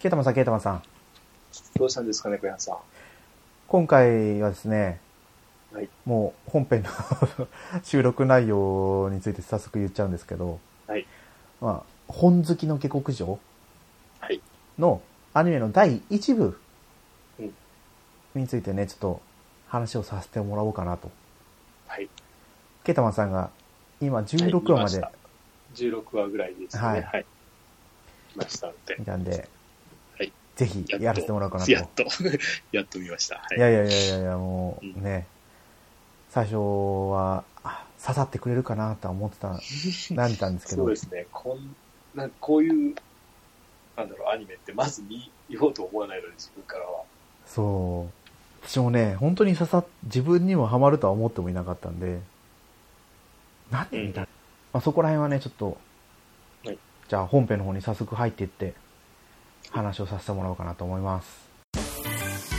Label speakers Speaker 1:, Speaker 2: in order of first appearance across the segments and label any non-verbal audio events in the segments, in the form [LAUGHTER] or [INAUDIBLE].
Speaker 1: ケイタマンさん、ケイタマンさん。
Speaker 2: どうしたんですかね、小山さん。
Speaker 1: 今回はですね、
Speaker 2: はい
Speaker 1: もう本編の [LAUGHS] 収録内容について早速言っちゃうんですけど、
Speaker 2: はい
Speaker 1: まあ、本好きの下克上
Speaker 2: はい。
Speaker 1: のアニメの第1部
Speaker 2: うん
Speaker 1: についてね、ちょっと話をさせてもらおうかなと。
Speaker 2: はい。
Speaker 1: ケイタマンさんが今16話まで
Speaker 2: はい見ました16話ぐらいですね。
Speaker 1: は
Speaker 2: はいい。見ましたので
Speaker 1: 見。たんで、
Speaker 2: はい
Speaker 1: ぜひ
Speaker 2: やっと
Speaker 1: やらせてもらおうかなと。
Speaker 2: やっと、 [LAUGHS] やっと見ました。はい
Speaker 1: いやいやいやいやいや、もうね、最初は、あ刺さってくれるかなとは思って
Speaker 2: [LAUGHS]
Speaker 1: た、なれたんですけ
Speaker 2: そ
Speaker 1: ど
Speaker 2: うで、すね。こんなんかこういう、なんだろう、アニメってまず見ようと思わないので、自分からは。
Speaker 1: そう。私もね、本当に刺さっ、自分にもハマるとは思ってもいなかったんで、なんで見た、
Speaker 2: うん
Speaker 1: まあ、そこら辺はね、ちょっと、
Speaker 2: はい
Speaker 1: じゃあ本編の方に早速入っていって、話をさせてもらおうかなと思います。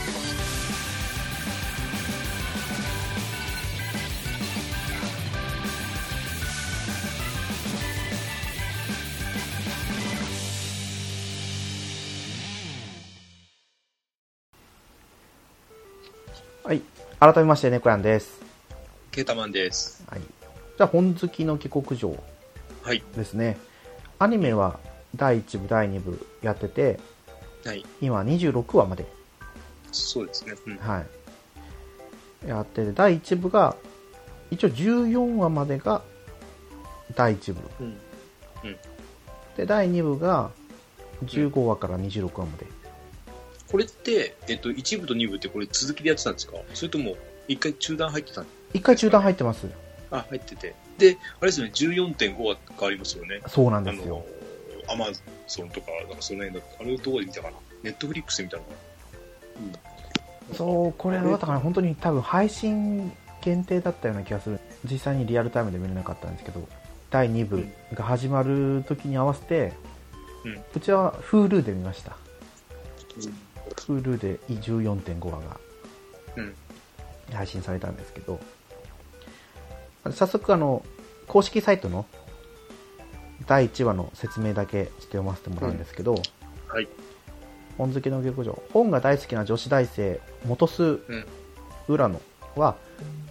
Speaker 1: はい。改めまして、猫やんです。
Speaker 2: ケータマンです。
Speaker 1: はい。じゃあ、本好きの帰国上
Speaker 2: はい。
Speaker 1: ですね。アニメは第1部、第2部やってて、
Speaker 2: はい。
Speaker 1: 今26話まで、
Speaker 2: そうですね。うん。
Speaker 1: はい、やってて、第1部が、一応14話までが第1部。
Speaker 2: うん。
Speaker 1: で、第2部が15話から26話まで。
Speaker 2: これって、えっと、1部と2部ってこれ続きでやってたんですかそれとも、一回中断入ってたん
Speaker 1: 一回中断入ってます。
Speaker 2: あ、入ってて。で、あれですよね、14.5は変わりますよね。
Speaker 1: そうなん
Speaker 2: あ
Speaker 1: ですよ
Speaker 2: の。、アマゾンとか、なんかその辺だあれをどこで見たかなネットフリックスで見たのかな
Speaker 1: そう、これはだから本当に多分配信限定だったような気がする。実際にリアルタイムで見れなかったんですけど、第2部が始まる時に合わせて、
Speaker 2: うん
Speaker 1: うちは Hulu で見ました。
Speaker 2: うん。うん。
Speaker 1: Hulu で14.5話が
Speaker 2: うん
Speaker 1: 配信されたんですけど、早速あの公式サイトの第1話の説明だけちょっと読ませてもらうんですけど、
Speaker 2: はい
Speaker 1: 本好きの劇場本が大好きな女子大生元須
Speaker 2: うん
Speaker 1: 浦野は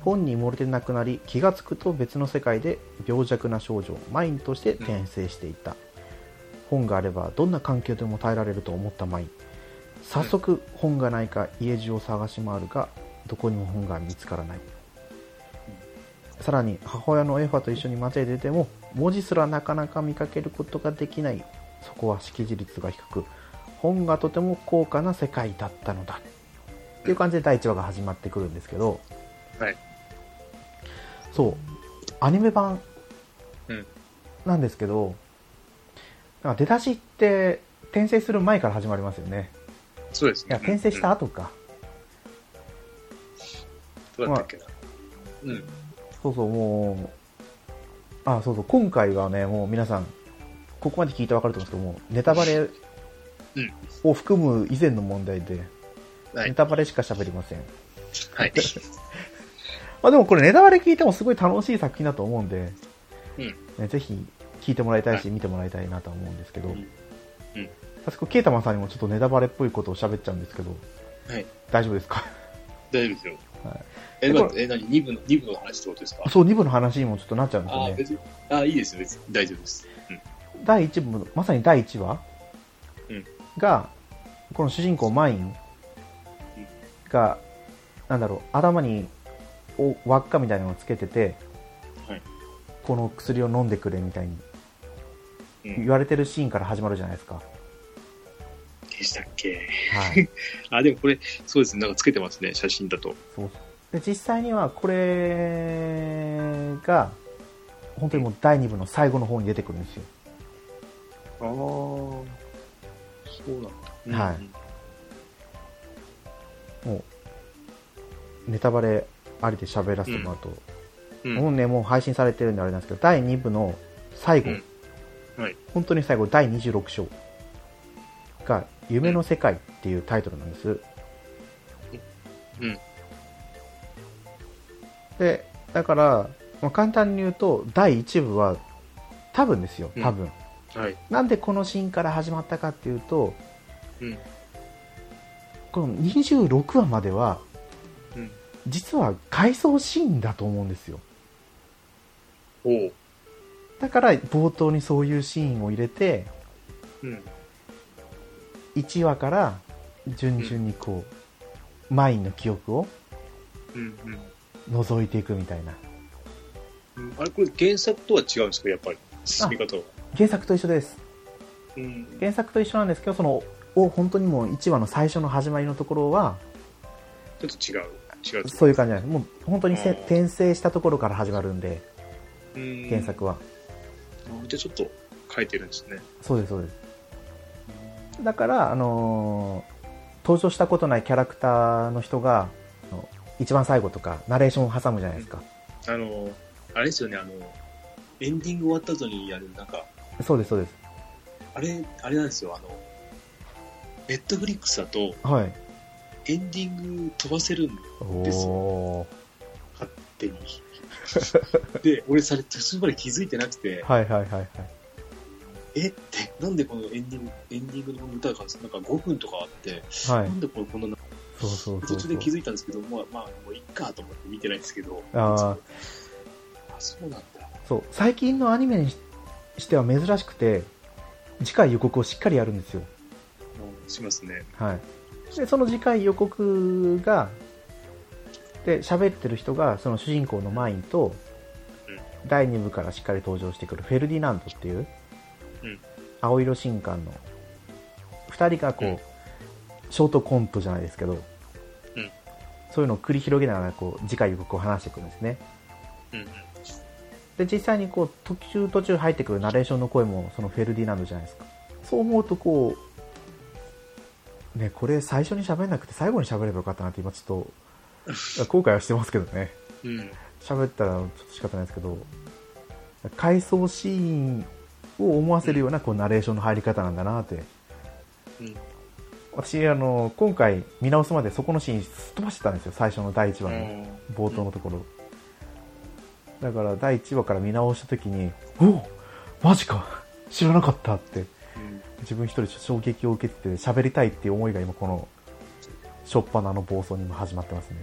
Speaker 1: 本に埋もれてなくなり気がつくと別の世界で病弱な少女マインとして転生していた、本があればどんな環境でも耐えられると思ったマイン早速本がないか家中を探し回るがどこにも本が見つからないさらに母親のエファと一緒に街へ出ても文字すらなかなか見かけることができないそこは識字率が低く本がとても高価な世界だったのだっていう感じで第1話が始まってくるんですけど、
Speaker 2: はい
Speaker 1: そうアニメ版
Speaker 2: うん
Speaker 1: なんですけど、なんか出だしって転生する前から始まりますよね
Speaker 2: そうです
Speaker 1: いや
Speaker 2: ね。
Speaker 1: 転生した
Speaker 2: うん
Speaker 1: 後か、
Speaker 2: どうだったっけな。
Speaker 1: [LAUGHS]
Speaker 2: うん。
Speaker 1: そうそうもうあそうそう今回はねもう皆さんここまで聞いてわかると思うんですけどもうネタバレ
Speaker 2: うん
Speaker 1: を含む以前の問題で、
Speaker 2: はい
Speaker 1: ネタバレしか喋りません
Speaker 2: はい。
Speaker 1: まあでもこれネタバレ聞いてもすごい楽しい作品だと思うんで、
Speaker 2: うん
Speaker 1: ね、ぜひ聞いてもらいたいし見てもらいたいなとは思うんですけど、
Speaker 2: うんうん
Speaker 1: 早速ケイタマンさんにもちょっとネタバレっぽいことを喋っちゃうんですけど、
Speaker 2: はい
Speaker 1: 大丈夫ですか [LAUGHS]
Speaker 2: 大丈夫ですよ
Speaker 1: はい。
Speaker 2: え、
Speaker 1: で
Speaker 2: 待って、え、何 ?2 部の、二部の話ってことですか
Speaker 1: そう2部の話にもちょっとなっちゃうんですよ
Speaker 2: あ、
Speaker 1: ね
Speaker 2: 別に。あ、いいですよ、別に。大丈夫です。うん。
Speaker 1: 第1部まさに第1話、
Speaker 2: うん
Speaker 1: がこの主人公マインがなんだろう頭にお輪っかみたいなのをつけてて、
Speaker 2: はい
Speaker 1: この薬を飲んでくれみたいに
Speaker 2: うん
Speaker 1: 言われてるシーンから始まるじゃないですか、
Speaker 2: でしたっけ
Speaker 1: はい、
Speaker 2: あ、でもこれ、そうですね。なんかつけてますね、写真だと。
Speaker 1: そうで実際にはこれが本当にもう第2部の最後の方に出てくるんですよ
Speaker 2: ああ、そうなんだ。
Speaker 1: はいもうネタバレありで喋らせてもらうと、
Speaker 2: い。うん。
Speaker 1: もうね、もう配信されてるんであれなんですけど、第2部の最後、
Speaker 2: うんはい
Speaker 1: 本当に最後、第26章が、夢の世界っていうタイトルなんです。
Speaker 2: うん
Speaker 1: で、だから、まあ、簡単に言うと、第1部は、多分ですよ、多分。
Speaker 2: はい。
Speaker 1: なんでこのシーンから始まったかっていうと、
Speaker 2: うん
Speaker 1: この26話までは
Speaker 2: うん
Speaker 1: 実は回想シーンだと思うんですよ
Speaker 2: おう
Speaker 1: だから冒頭にそういうシーンを入れて
Speaker 2: うん
Speaker 1: 1話から順々にこう、マインの記憶を
Speaker 2: うんうん
Speaker 1: 覗いていくみたいな
Speaker 2: うんあれ、これ原作とは違うんですか、やっぱり。進み方は。
Speaker 1: 原作と一緒です
Speaker 2: うん。
Speaker 1: 原作と一緒なんですけどそのお本当にもう1話の最初の始まりのところは
Speaker 2: ちょっと違う。違う。
Speaker 1: そういう感じなんですもう本当にせ
Speaker 2: うん
Speaker 1: 転生したところから始まるんで
Speaker 2: うん
Speaker 1: 原作は、
Speaker 2: あじゃあちょっと変えてるんですね。
Speaker 1: そうですそうですだから、あのー登場したことないキャラクターの人があの一番最後とかナレーションを挟むじゃないですか、
Speaker 2: あの、あれですよね、あの、エンディング終わった後にやる、なんか、
Speaker 1: そうですそうです
Speaker 2: あれ、あれなんですよ、あの、ネットフリックスだと
Speaker 1: はい
Speaker 2: エンディング飛ばせるん
Speaker 1: お
Speaker 2: ですよ
Speaker 1: お
Speaker 2: で、
Speaker 1: [LAUGHS]
Speaker 2: で、俺それ途中まで気づいてなくて、
Speaker 1: はいはいはいはい
Speaker 2: えって、なんでこのエンディング、エンディングの歌が、なんか5分とかあって、
Speaker 1: はい
Speaker 2: なんでこれこんな、
Speaker 1: そうそうそ
Speaker 2: 途
Speaker 1: う
Speaker 2: 中
Speaker 1: そう
Speaker 2: で気づいたんですけど、まあ、まあ、もういっかと思って見てないですけど、
Speaker 1: あ
Speaker 2: あそうなんだ。
Speaker 1: そう最近のアニメにししては珍しくて次回予告をしっかりやるんですよ
Speaker 2: うんしますね。
Speaker 1: はい、でその次回予告がで喋ってる人がその主人公のマインと第2部からしっかり登場してくるフェルディナンドっていう
Speaker 2: うん
Speaker 1: 青色新刊の2人がこう、
Speaker 2: うん
Speaker 1: ショートコントじゃないですけど、
Speaker 2: うん
Speaker 1: そういうのを繰り広げながらこう次回予告を話していくんですね
Speaker 2: うんうん。
Speaker 1: で実際にこう途中途中入ってくるナレーションの声もそのフェルディナンドじゃないですかそう思うとこうねこれ最初に喋んなくて最後に喋ればよかったなって今ちょっと後悔はしてますけどね
Speaker 2: うん。
Speaker 1: 喋ったらちょっと仕方ないですけど回想シーンを思わせるようなこうナレーションの入り方なんだなって
Speaker 2: うん。
Speaker 1: 私あの今回見直すまでそこのシーンすっ飛ばしてたんですよ最初の第1話の、冒頭のところ、だから第1話から見直した時に「おおマジか知らなかった」って
Speaker 2: うん
Speaker 1: 自分一人衝撃を受けてて喋りたいっていう思いが今この初っ端の暴走にも始まってますね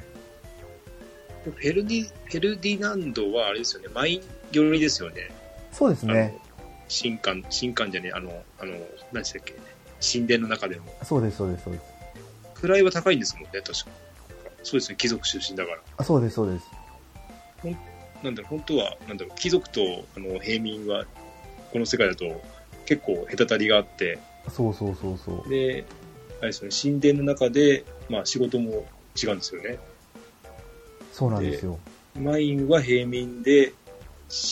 Speaker 2: フェルディ、フェルディナンドはあれですよね、マイン寄りですよね。
Speaker 1: そうですね
Speaker 2: あの。新刊、新刊じゃねえ、あの、あの、何でしたっけ、神殿の中でも。
Speaker 1: そうですそうですそうです
Speaker 2: 位は高いんですもんね、確か。そうですね、貴族出身だから。
Speaker 1: あそうですそうです
Speaker 2: なんだろう、本当は、なんだろう、貴族とあの平民は、この世界だと結構隔たりがあって、
Speaker 1: そうそうそうそう
Speaker 2: で、あれですよね、神殿の中で、まあ仕事も違うんですよね。
Speaker 1: そうなんですよ
Speaker 2: マインは平民で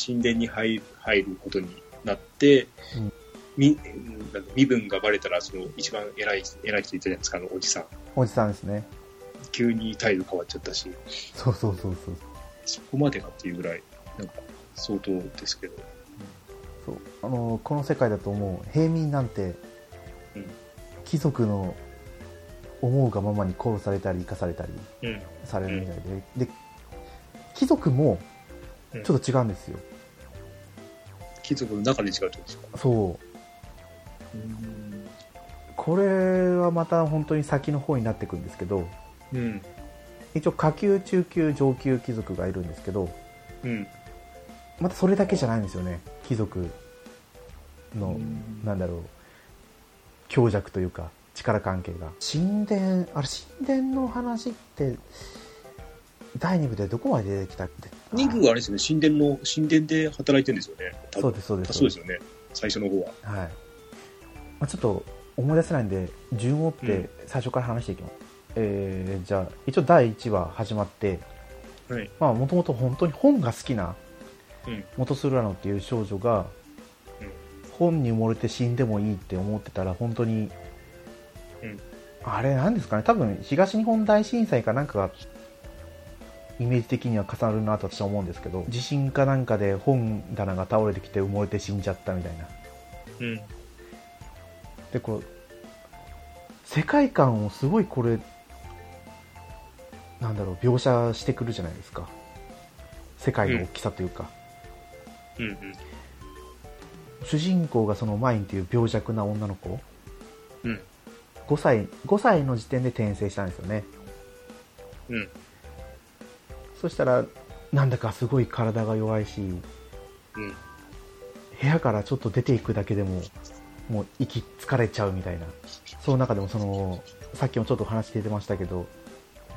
Speaker 2: 神殿に入る入ることになって、
Speaker 1: うん
Speaker 2: みうんなんか身分がバレたらその一番偉い偉い人いたじゃないですかあのおじさん
Speaker 1: おじさんですね
Speaker 2: 急に態度変わっちゃったし
Speaker 1: そうそうそうそう
Speaker 2: そこまでかっていうぐらいなんか相当ですけど
Speaker 1: そうあのこの世界だともう平民なんて
Speaker 2: うん
Speaker 1: 貴族の思うがままに殺されたり生かされたり
Speaker 2: うん
Speaker 1: されるみたいで,、で貴族も
Speaker 2: うん
Speaker 1: ちょっと違うんですよ、
Speaker 2: 貴族の中で違うってことですか
Speaker 1: そう
Speaker 2: うん
Speaker 1: これはまた本当に先の方になってくるんですけど
Speaker 2: うん
Speaker 1: 一応下級中級上級貴族がいるんですけど
Speaker 2: うん
Speaker 1: またそれだけじゃないんですよね貴族の、なんだろう強弱というか力関係が神殿あれ神殿の話って第2部でどこまで出てきたって
Speaker 2: ニグはあれですよね神殿の神殿で働いてるんですよね多
Speaker 1: そう
Speaker 2: 分
Speaker 1: ですそうです
Speaker 2: そうですよね最初の方は
Speaker 1: はいまあ、ちょっと思い出せないんで順を追っ
Speaker 2: う
Speaker 1: て
Speaker 2: ん
Speaker 1: 最初から話していきます、えーじゃあ一応第1話始まって
Speaker 2: はい
Speaker 1: もともと本当に本が好きな
Speaker 2: うん
Speaker 1: 元スルラノっていう少女が
Speaker 2: うん
Speaker 1: 本に埋もれて死んでもいいって思ってたら本当に、
Speaker 2: うん
Speaker 1: あれなんですかね多分東日本大震災かなんかがイメージ的には重なるなと私は思うんですけど地震かなんかで本棚が倒れてきて埋もれて死んじゃったみたいな
Speaker 2: うん
Speaker 1: でこう世界観をすごいこれなんだろう描写してくるじゃないですか世界の大きさというか、
Speaker 2: うんうん
Speaker 1: 主人公がそのマインっていう病弱な女の子
Speaker 2: うん
Speaker 1: 5歳 ,5 歳の時点で転生したんですよね
Speaker 2: うん
Speaker 1: そしたらなんだかすごい体が弱いし、
Speaker 2: うん
Speaker 1: 部屋からちょっと出ていくだけでももう息疲れちゃうみたいなその中でもそのさっきもちょっとお話出てましたけど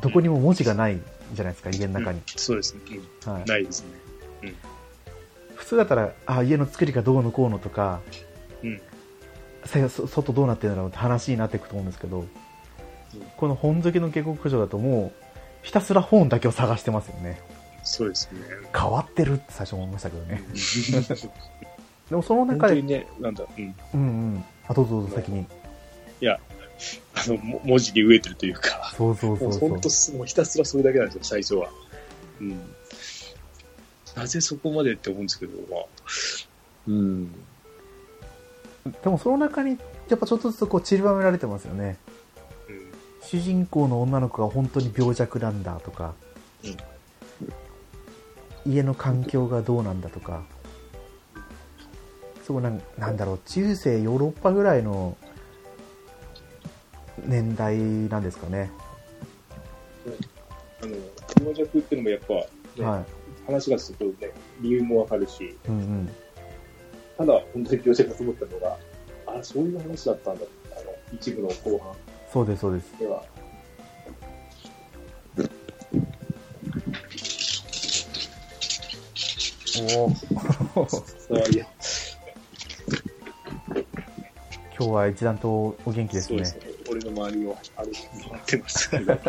Speaker 1: どこにも文字がないじゃないですか家の中に
Speaker 2: うん、そうですね、うん
Speaker 1: はい、
Speaker 2: ないですね
Speaker 1: 普通だったらあ家の作りがどうのこうのとか、
Speaker 2: うん
Speaker 1: せそ外どうなってるんだろうって話になっていくと思うんですけど、この本好きの下克上だともうひたすら本だけを探してますよね
Speaker 2: そうですね
Speaker 1: 変わってるって最初思いましたけどね
Speaker 2: うん
Speaker 1: でもその
Speaker 2: 本
Speaker 1: 中
Speaker 2: 当
Speaker 1: で
Speaker 2: にねなんだ、うん、
Speaker 1: うんうんあどうぞどうぞ先に
Speaker 2: あのも文字に飢えてるというか
Speaker 1: そうそうそ
Speaker 2: も
Speaker 1: う
Speaker 2: う
Speaker 1: そう
Speaker 2: 本当すもうひたすらそれだけなんですよ最初は、うん、なぜそこまでって思うんですけどまあうん
Speaker 1: でもその中にやっぱちょっとずつこう散りばめられてますよね
Speaker 2: うん
Speaker 1: 主人公の女の子が本当に病弱なんだとか、家の環境がどうなんだとかすごいなんなんだろう中世ヨーロッパぐらいの年代なんですかね、
Speaker 2: あの病弱っていうのもやっぱ、ね
Speaker 1: は
Speaker 2: 話がすごいね理由もわかるし
Speaker 1: い、うんうん、
Speaker 2: ただ本当に病弱だと思ったのがあそういう話だったんだあの一部の後半
Speaker 1: そうですそうです
Speaker 2: では。
Speaker 1: おお今
Speaker 2: あいや
Speaker 1: 日は一段とお元気です
Speaker 2: そう
Speaker 1: ね
Speaker 2: ですね。俺の周りを歩き回ってますけど。はい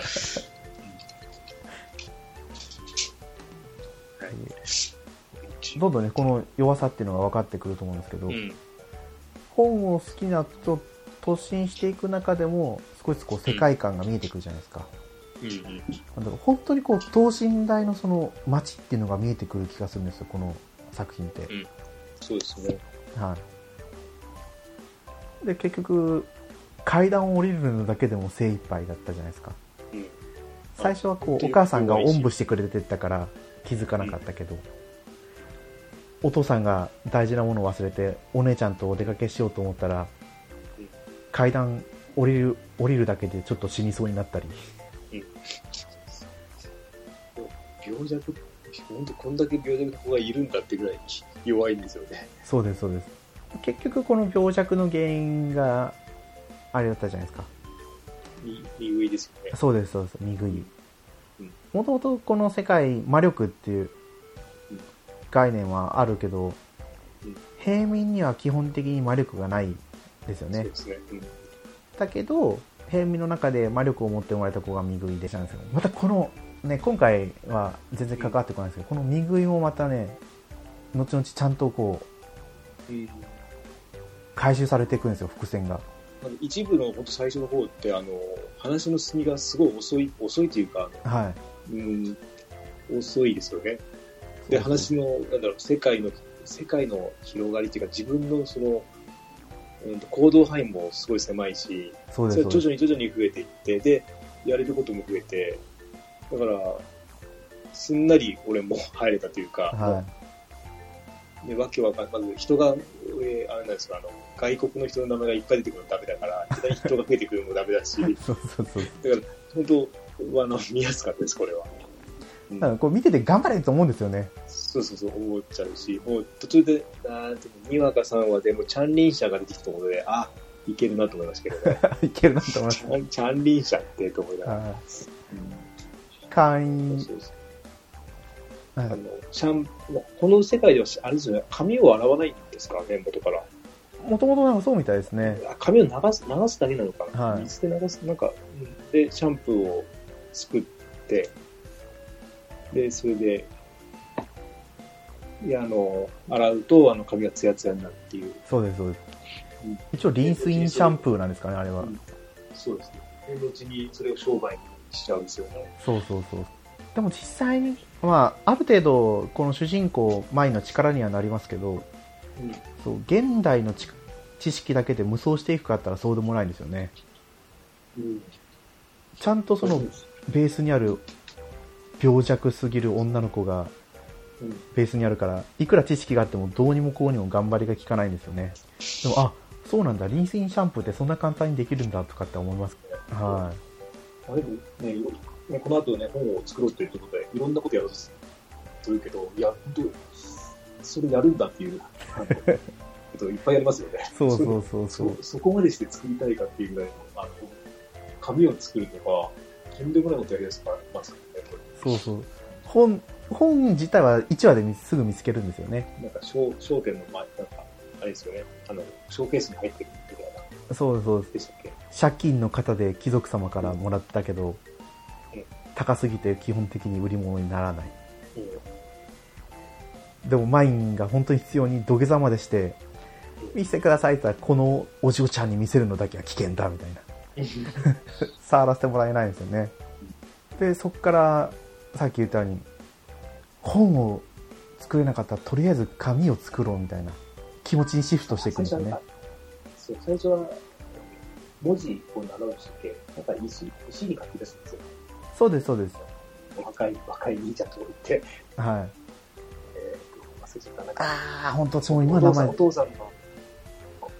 Speaker 1: どんどんねこの弱さっていうのが分かってくると思うんですけど、
Speaker 2: うん、
Speaker 1: 本を好きな人と突進していく中でも少しずつこう世界観が見えてくるじゃないですか、
Speaker 2: うん、
Speaker 1: なんだろう本当にこう等身大のその街っていうのが見えてくる気がするんですよこの作品って、
Speaker 2: そうですね。
Speaker 1: はいで結局階段を降りるのだけでも精一杯だったじゃないですか
Speaker 2: うん、
Speaker 1: 最初はこうお母さんがおんぶしてくれてたから気づかなかったけど、お父さんが大事なものを忘れてお姉ちゃんとお出かけしようと思ったら
Speaker 2: うん
Speaker 1: 階段降りる降りるだけでちょっと死にそうになったり
Speaker 2: 病弱、本当こんだけ病弱な子がいるんだってぐらい弱いんですよね。
Speaker 1: そうですそうです結局この病弱の原因があれだったじゃないですか
Speaker 2: に、に上ですよね。
Speaker 1: そうですそうです鈍い
Speaker 2: うん
Speaker 1: もともとこの世界魔力っていう
Speaker 2: うん
Speaker 1: 概念はあるけど
Speaker 2: うん
Speaker 1: 平民には基本的に魔力がないですよね
Speaker 2: そうですね。うん。
Speaker 1: だけど平民の中で魔力を持ってもらえた子が鈍いでしたんですよまたこのね今回は全然関わってこないんですけど、この鈍いもまたね後々ちゃんとこう
Speaker 2: うん
Speaker 1: 回収されていくんですよ伏線が
Speaker 2: あの一部の本当最初の方って、あの、話の進みがすごい遅い、遅いというか、あ
Speaker 1: はい
Speaker 2: のうん、遅いですよね。で、
Speaker 1: そうそう
Speaker 2: 話の、なんだろう、世界の、世界の広がりっていうか、自分のその、うん、行動範囲もすごい狭いし、
Speaker 1: そうで
Speaker 2: そ
Speaker 1: す
Speaker 2: れ
Speaker 1: そ
Speaker 2: が
Speaker 1: うです
Speaker 2: 徐々に徐々に増えていって、で、やれることも増えて、だから、すんなり俺も入れたというか、
Speaker 1: は
Speaker 2: でわけわかんまず人が、えーあれなんですか、あの、外国の人の名前がいっぱい出てくるのダメだから、いきなり人が増えてくるのもダメ
Speaker 1: [LAUGHS]
Speaker 2: だし、
Speaker 1: い [LAUGHS] そうそうそう
Speaker 2: 本当、あの、見やすかったです、これは。うん
Speaker 1: だからこう見てて頑張れと思うんですよね
Speaker 2: そうそうそう、思っちゃうし、もう途中で、あーでもにわかさんはでも、チャンリン社が出てきたことで、あ、いけるなと思いましたけどね。
Speaker 1: [LAUGHS] [LAUGHS] いけるなと思いまし
Speaker 2: チャンチャンリン社ってと思いな
Speaker 1: た
Speaker 2: がら。
Speaker 1: はい
Speaker 2: うん
Speaker 1: 会
Speaker 2: そう
Speaker 1: 員
Speaker 2: そうそう
Speaker 1: は
Speaker 2: あの
Speaker 1: い
Speaker 2: シャンこの世界では、あれですよね、髪を洗わないんですか、ね、元から。
Speaker 1: もともとなんかそうみたいですね
Speaker 2: あ髪を流す流すだけなのかな、
Speaker 1: はい
Speaker 2: 水で流す、なんか、うんで、シャンプーを作って、で、それで、いや、あの、洗うと、あの、髪がツヤツヤになるっていう。
Speaker 1: そうですそうです
Speaker 2: うん
Speaker 1: 一応リンスインシャンプーなんですかねあれは
Speaker 2: うんそうですね。で、後にそれを商売にしちゃうんですよね。
Speaker 1: そうそうそうでも実際にまあある程度この主人公マイの力にはなりますけど
Speaker 2: うん。
Speaker 1: そう現代の知知識だけで無双していくかって言ったらそうでもないんですよね
Speaker 2: うん、
Speaker 1: ちゃんとそのベースにある病弱すぎる女の子が
Speaker 2: うん
Speaker 1: ベースにあるからいくら知識があってもどうにもこうにも頑張りが効かないんですよねでもあそうなんだリンスインシャンプーってそんな簡単にできるんだとかって思いますはい
Speaker 2: まあ、でもね、いろねこの後ね、本を作ろうということで、いろんなことやろうとするけど、いや、本当、それやるんだっていう、あのこといっぱいありますよね。
Speaker 1: [LAUGHS] そうそうそうそ
Speaker 2: そうそこまでして作りたいかっていうぐらいの、あの紙を作るとか、とんでもないことやりやすくなりますよね、こ
Speaker 1: そうそう本本自体は1話で見すぐ見つけるんですよね
Speaker 2: れ。なんか、商商店の前、なんか、あれですよね、あの、ショーケースに入ってるみたいな、
Speaker 1: そうそう
Speaker 2: でしたっけ
Speaker 1: 借金の方で貴族様からもらったけど
Speaker 2: うん
Speaker 1: 高すぎて基本的に売り物にならない
Speaker 2: うん
Speaker 1: でもマインが本当に必要に土下座までして「見せてください」って言ったらこのお嬢ちゃんに見せるのだけは危険だみたいな触らせてもらえないんですよねでそこからさっき言ったように本を作れなかったらとりあえず紙を作ろうみたいな気持ちにシフトしていくんですよね
Speaker 2: そう、最初は、文字を習うして、なんか石、石に書き出すんですよ。
Speaker 1: そうですそうです
Speaker 2: 若い、若い兄ちゃんと言って、
Speaker 1: はい
Speaker 2: えー、忘れちゃったなんか、
Speaker 1: ああ本当そう今名
Speaker 2: お父さん、
Speaker 1: 前
Speaker 2: お父さんの、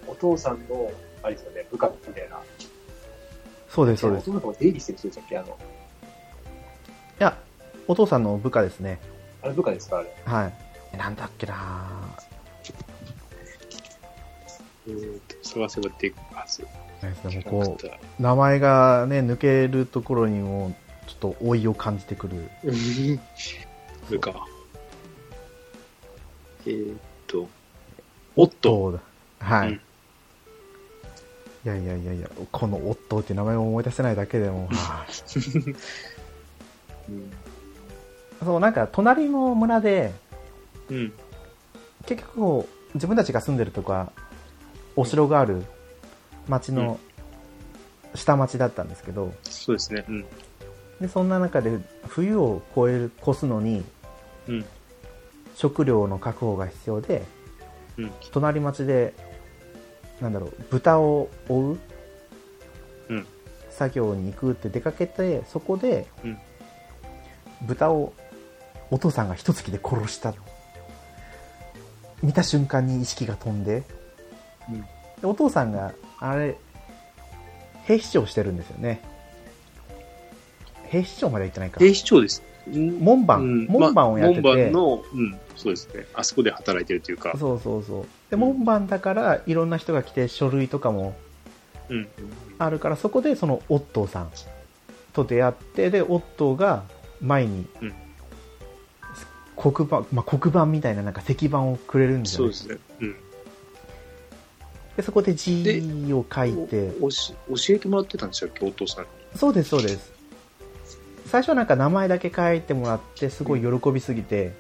Speaker 2: お父さんの、あれですよね、部下みたいな。
Speaker 1: そうですそうです
Speaker 2: お父さんも出入りしてる人でしたっけあの、
Speaker 1: いやお父さんの部下ですね
Speaker 2: あれ部下ですかあれ。
Speaker 1: はいなんだっけな
Speaker 2: うん、探せば出てくるはず。
Speaker 1: なんかねこう名前がね抜けるところにもちょっと老いを感じてくる
Speaker 2: うん。部下。えー、っと、おっと、
Speaker 1: そうだはい、
Speaker 2: うん
Speaker 1: いやいやいやいやこの「オットー」って名前を思い出せないだけでもはあ [LAUGHS]
Speaker 2: うん。
Speaker 1: そうなんか隣の村で
Speaker 2: うん。
Speaker 1: 結局こう自分たちが住んでるとかお城がある町の下町だったんですけど
Speaker 2: そうですね。うん。
Speaker 1: でそんな中で冬を越える越すのに
Speaker 2: うん。
Speaker 1: 食料の確保が必要で
Speaker 2: うん。
Speaker 1: 隣町でなんだろう豚を追う、
Speaker 2: うん
Speaker 1: 作業に行くって出かけてそこで、
Speaker 2: うん
Speaker 1: 豚をお父さんが一突きで殺した見た瞬間に意識が飛んで,、
Speaker 2: うん
Speaker 1: でお父さんがあれ兵士長してるんですよね兵士長までは行ってないか
Speaker 3: 警視庁です。門
Speaker 1: 門番、門番をやってて、
Speaker 3: 門番の、うん、そうですね。あそこで働いてるというか、
Speaker 1: そうそうそう
Speaker 3: う
Speaker 1: で
Speaker 3: ん
Speaker 1: 門番だからいろんな人が来て書類とかも
Speaker 3: うん。
Speaker 1: あるからそこでそのオットーさんと出会ってでオットーが前に
Speaker 3: うん
Speaker 1: 黒板、まあ、黒板みたいななんか石板をくれるんです
Speaker 3: そう
Speaker 1: よ、ね
Speaker 3: で、すね。うん。
Speaker 1: でそこで字を書いて
Speaker 3: おおし教えてもらってたんでしたっけ、お父さんに。
Speaker 1: そうですそうです最初はなんか名前だけ書いてもらってすごい喜びすぎて、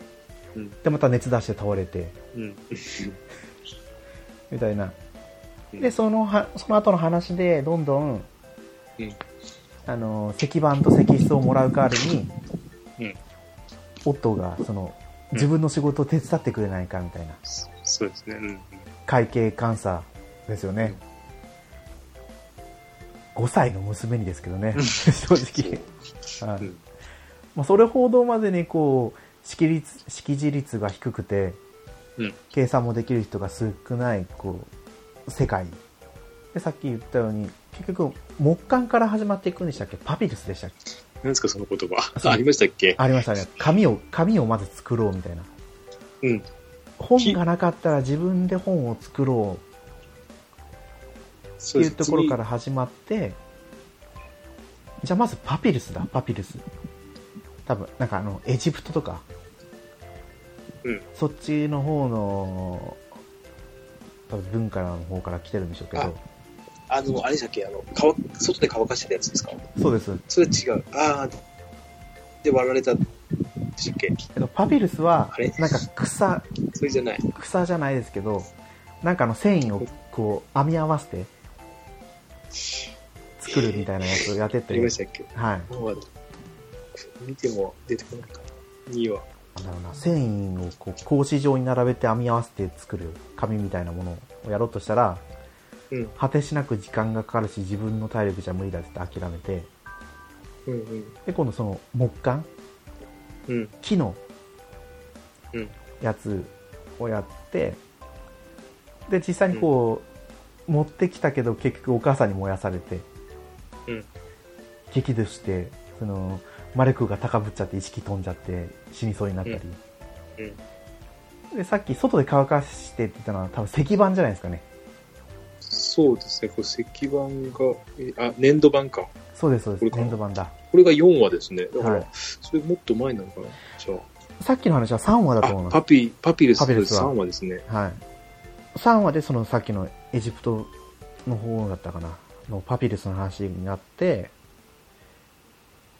Speaker 3: うん
Speaker 1: でまた熱出して倒れて
Speaker 3: うん。 [LAUGHS]
Speaker 1: みたいな
Speaker 3: うん
Speaker 1: でそのはその後の話でどんどん、
Speaker 3: うん
Speaker 1: あの石板と石室をもらう代わりに、
Speaker 3: うん
Speaker 1: オットーがその
Speaker 3: うん
Speaker 1: 自分の仕事を手伝ってくれないかみたいな
Speaker 3: そそうですね。うん。
Speaker 1: 会計監査ですよね、5歳の娘にですけどね [LAUGHS] 正直、はい
Speaker 3: うん
Speaker 1: まあ、それ報道までにこう識率識字率が低くて、
Speaker 3: うん
Speaker 1: 計算もできる人が少ないこう世界でさっき言ったように結局木簡から始まっていくんでしたっけパピルスでしたっけ
Speaker 3: 何ですか、その言葉。
Speaker 1: そう
Speaker 3: [LAUGHS] あありましたっけ
Speaker 1: ありましたね紙を紙をまず作ろうみたいな
Speaker 3: うん。
Speaker 1: 本がなかったら自分で本を作ろうって
Speaker 3: そう
Speaker 1: い
Speaker 3: で
Speaker 1: う
Speaker 3: す
Speaker 1: ところから始まってじゃあまずパピルスだパピルス多分なんかあのエジプトとか、
Speaker 3: うん
Speaker 1: そっちの方の多分文化の方から来てるんでしょうけど
Speaker 3: 次あの、あれでしたっけ、あの、乾外で乾かしてたやつですか
Speaker 1: そうです
Speaker 3: それ違う。ああ、で割られたんでしたっけ
Speaker 1: けどパピルスは
Speaker 3: あれ
Speaker 1: なんか草
Speaker 3: それじゃない。
Speaker 1: 草じゃないですけどなんかあの繊維をこう編み合わせて作るみたいなやつをやって
Speaker 3: あ
Speaker 1: て
Speaker 3: りましたっけ
Speaker 1: はい
Speaker 3: もう見ても出てこないかな。2は。
Speaker 1: なんだろうな繊維をこう格子状に並べて編み合わせて作る紙みたいなものをやろうとしたら、
Speaker 3: うん
Speaker 1: 果てしなく時間がかかるし自分の体力じゃ無理だって言って諦めて
Speaker 3: うんうん。
Speaker 1: で今度その木管
Speaker 3: うん。
Speaker 1: 木の
Speaker 3: うん
Speaker 1: やつをやってで実際にこう、持ってきたけど結局お母さんに燃やされて、
Speaker 2: うん
Speaker 1: 激怒してそのマレクが高ぶっちゃって意識飛んじゃって死にそうになったり、
Speaker 2: うん
Speaker 1: でさっき外で乾かしてって言ったのは多分石板じゃないですかね
Speaker 2: そうですね、これ石板が、えあ、粘土板か。
Speaker 1: そうですそうで
Speaker 2: これ
Speaker 1: す
Speaker 2: か
Speaker 1: 粘土板だ、
Speaker 2: これが4話ですね。だから、
Speaker 1: はい、
Speaker 2: それもっと前なのかな。じゃ
Speaker 1: さっきの話は3話だと
Speaker 2: あ、
Speaker 1: 思い
Speaker 2: あ
Speaker 1: ます
Speaker 2: パピ、パピルス
Speaker 1: パピルスは
Speaker 2: 3話ですね。
Speaker 1: はい、3話でそのさっきのエジプトの方だったかなのパピルスの話になって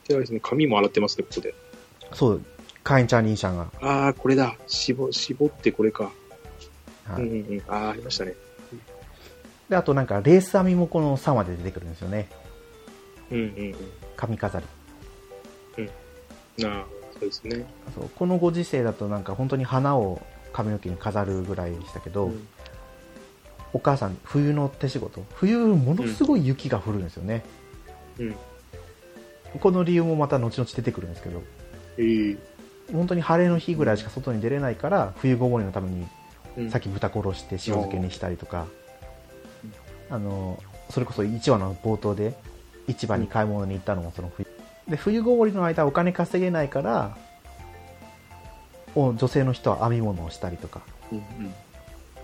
Speaker 2: じゃあですね、髪も洗ってますね、ここで。
Speaker 1: そうカインチャーニーシャンが、
Speaker 2: ああ、これだ。絞、絞ってこれか。
Speaker 1: はい
Speaker 2: うんうんうん。ああ、ありましたね。
Speaker 1: であとなんかレース編みもこの3話で出てくるんですよね
Speaker 2: うんうん
Speaker 1: 髪飾り
Speaker 2: うん。ああ、そうですね。
Speaker 1: そうこのご時世だとなんか本当に花を髪の毛に飾るぐらいでしたけど、
Speaker 2: うん
Speaker 1: お母さん冬の手仕事冬ものすごい雪が降るんですよね、
Speaker 2: うん
Speaker 1: この理由もまた後々出てくるんですけど
Speaker 2: えー
Speaker 1: 本当に晴れの日ぐらいしか外に出れないから冬ごもりのために
Speaker 2: うん
Speaker 1: さっき豚殺して塩漬けにしたりとか、あのそれこそ1話の冒頭で市場に買い物に行ったのもその冬で冬ごもりの間お金稼げないからお女性の人は編み物をしたりとか
Speaker 2: うんうん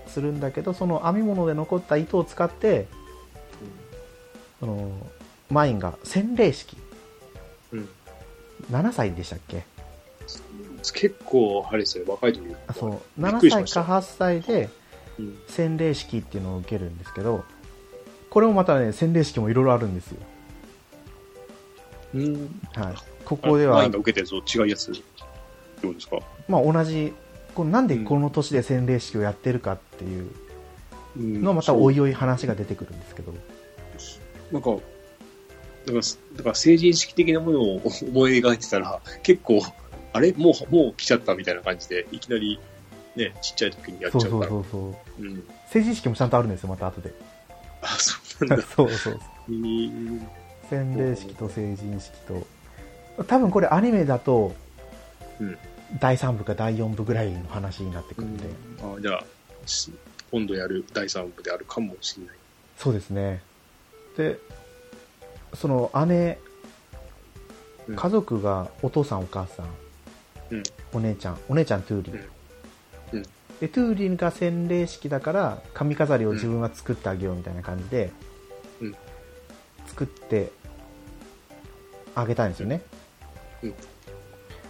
Speaker 1: するんだけどその編み物で残った糸を使ってそのマインが洗礼式
Speaker 2: うん。
Speaker 1: 7歳でしたっけ
Speaker 2: 結構、あれですね、若い時
Speaker 1: あそ。う
Speaker 2: びっくりし
Speaker 1: 7歳
Speaker 2: ました
Speaker 1: か8歳で
Speaker 2: うん
Speaker 1: 洗礼式っていうのを受けるんですけどこれもまたね洗礼式もいろいろあるんですよ、
Speaker 2: うん。
Speaker 1: はい、ここで
Speaker 2: あワ
Speaker 1: は
Speaker 2: インが受けてるぞ、違うやつ。どうですか
Speaker 1: まあ、同じこうなんでこの年で洗礼式をやってるかっていうのはまたおいおい話が出てくるんですけど、
Speaker 2: なんか、だから、だから成人式的なものを思い描いてたら、結構、あれもう、もう来ちゃったみたいな感じで、いきなり、ね、ちっちゃい時にやっちゃ
Speaker 1: そうう
Speaker 2: から。
Speaker 1: そうそうそう
Speaker 2: うん。
Speaker 1: 成人式もちゃんとあるんですよまた後
Speaker 2: [LAUGHS]
Speaker 1: で
Speaker 2: あ、そうなんだ。
Speaker 1: そうそう
Speaker 2: うん
Speaker 1: 洗礼式と成人式と多分これアニメだと、
Speaker 2: うん
Speaker 1: 第3部か第4部ぐらいの話になってくるんで、
Speaker 2: あじゃあ、し今度やる第3部であるかもしれない。
Speaker 1: そうですねでその姉
Speaker 2: うん
Speaker 1: 家族がお父さんお母さん、
Speaker 2: うん
Speaker 1: お姉ちゃんお姉ちゃんトゥーリン、
Speaker 2: うんうん
Speaker 1: でトゥーリンが洗礼式だから髪飾りを自分が作ってあげようみたいな感じで、
Speaker 2: うん
Speaker 1: 作ってあげたいんですよね、
Speaker 2: うんうん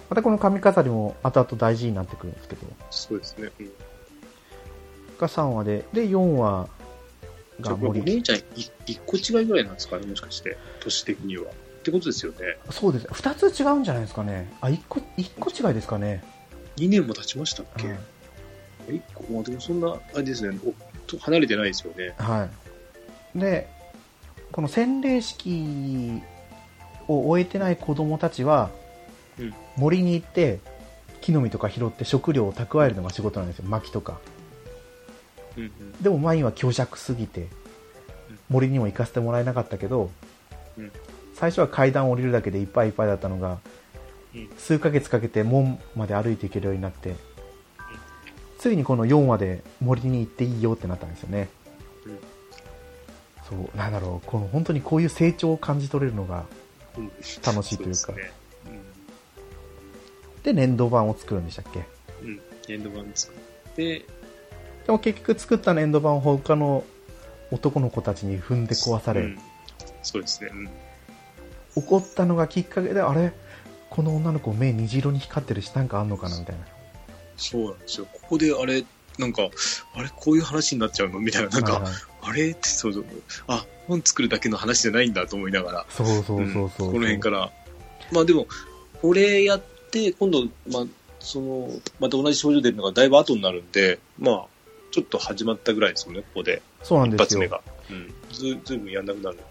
Speaker 1: またこの髪飾りも後々大事になってくるんですけど
Speaker 2: そうですね。うん。
Speaker 1: が3話でで4話
Speaker 2: じゃ
Speaker 1: が
Speaker 2: あ、これ
Speaker 1: 森
Speaker 2: お姉ちゃんい一個違いぐらいなんですかね、もしかして。年的には。ってことですよね。
Speaker 1: そうです2つ違うんじゃないですかねあ一個一個違いですかね、
Speaker 2: 2年も経ちましたっけ、
Speaker 1: うん
Speaker 2: 一個、まあでもそんな、あれですね、おと離れてないですよね。
Speaker 1: はいでこの洗礼式を終えてない子供たちは、
Speaker 2: うん
Speaker 1: 森に行って木の実とか拾って食料を蓄えるのが仕事なんですよ薪とか
Speaker 2: うんうん。
Speaker 1: でもマインは強弱すぎて
Speaker 2: ん
Speaker 1: 森にも行かせてもらえなかったけど、
Speaker 2: うん
Speaker 1: 最初は階段を降りるだけでいっぱいいっぱいだったのが、
Speaker 2: うん
Speaker 1: 数ヶ月かけて門まで歩いていけるようになって、ついにこの4話で森に行っていいよってなったんですよね、
Speaker 2: うん
Speaker 1: そうなんだろうこの本当にこういう成長を感じ取れるのが
Speaker 2: うん
Speaker 1: 楽しいというか
Speaker 2: そうですね
Speaker 1: で粘土板を作るんでしたっけ
Speaker 2: うん。うん。エンド版作って、
Speaker 1: でも結局作った粘土板を他の男の子たちに踏んで壊され、
Speaker 2: うんそうですね。うん。
Speaker 1: 怒ったのがきっかけであれこの女の子目虹色に光ってるしなんかあんのかなみたいな
Speaker 2: そうなんですよ。ここであれ、なんか、あれ、こういう話になっちゃうのみたいな、なん
Speaker 1: はい
Speaker 2: か、
Speaker 1: はい
Speaker 2: あれって、そうそう。あ、本作るだけの話じゃないんだと思いながら、
Speaker 1: そうそうそうそう、
Speaker 2: んこの辺から。まあでも、これやって、今度、まあ、その、また同じ症状出るのがだいぶ後になるんで、まあ、ちょっと始まったぐらいですよね、ここで。
Speaker 1: そうなん
Speaker 2: 一
Speaker 1: です
Speaker 2: 発目
Speaker 1: よ
Speaker 2: が。うん。ず、ずいぶんやんなくなるんで。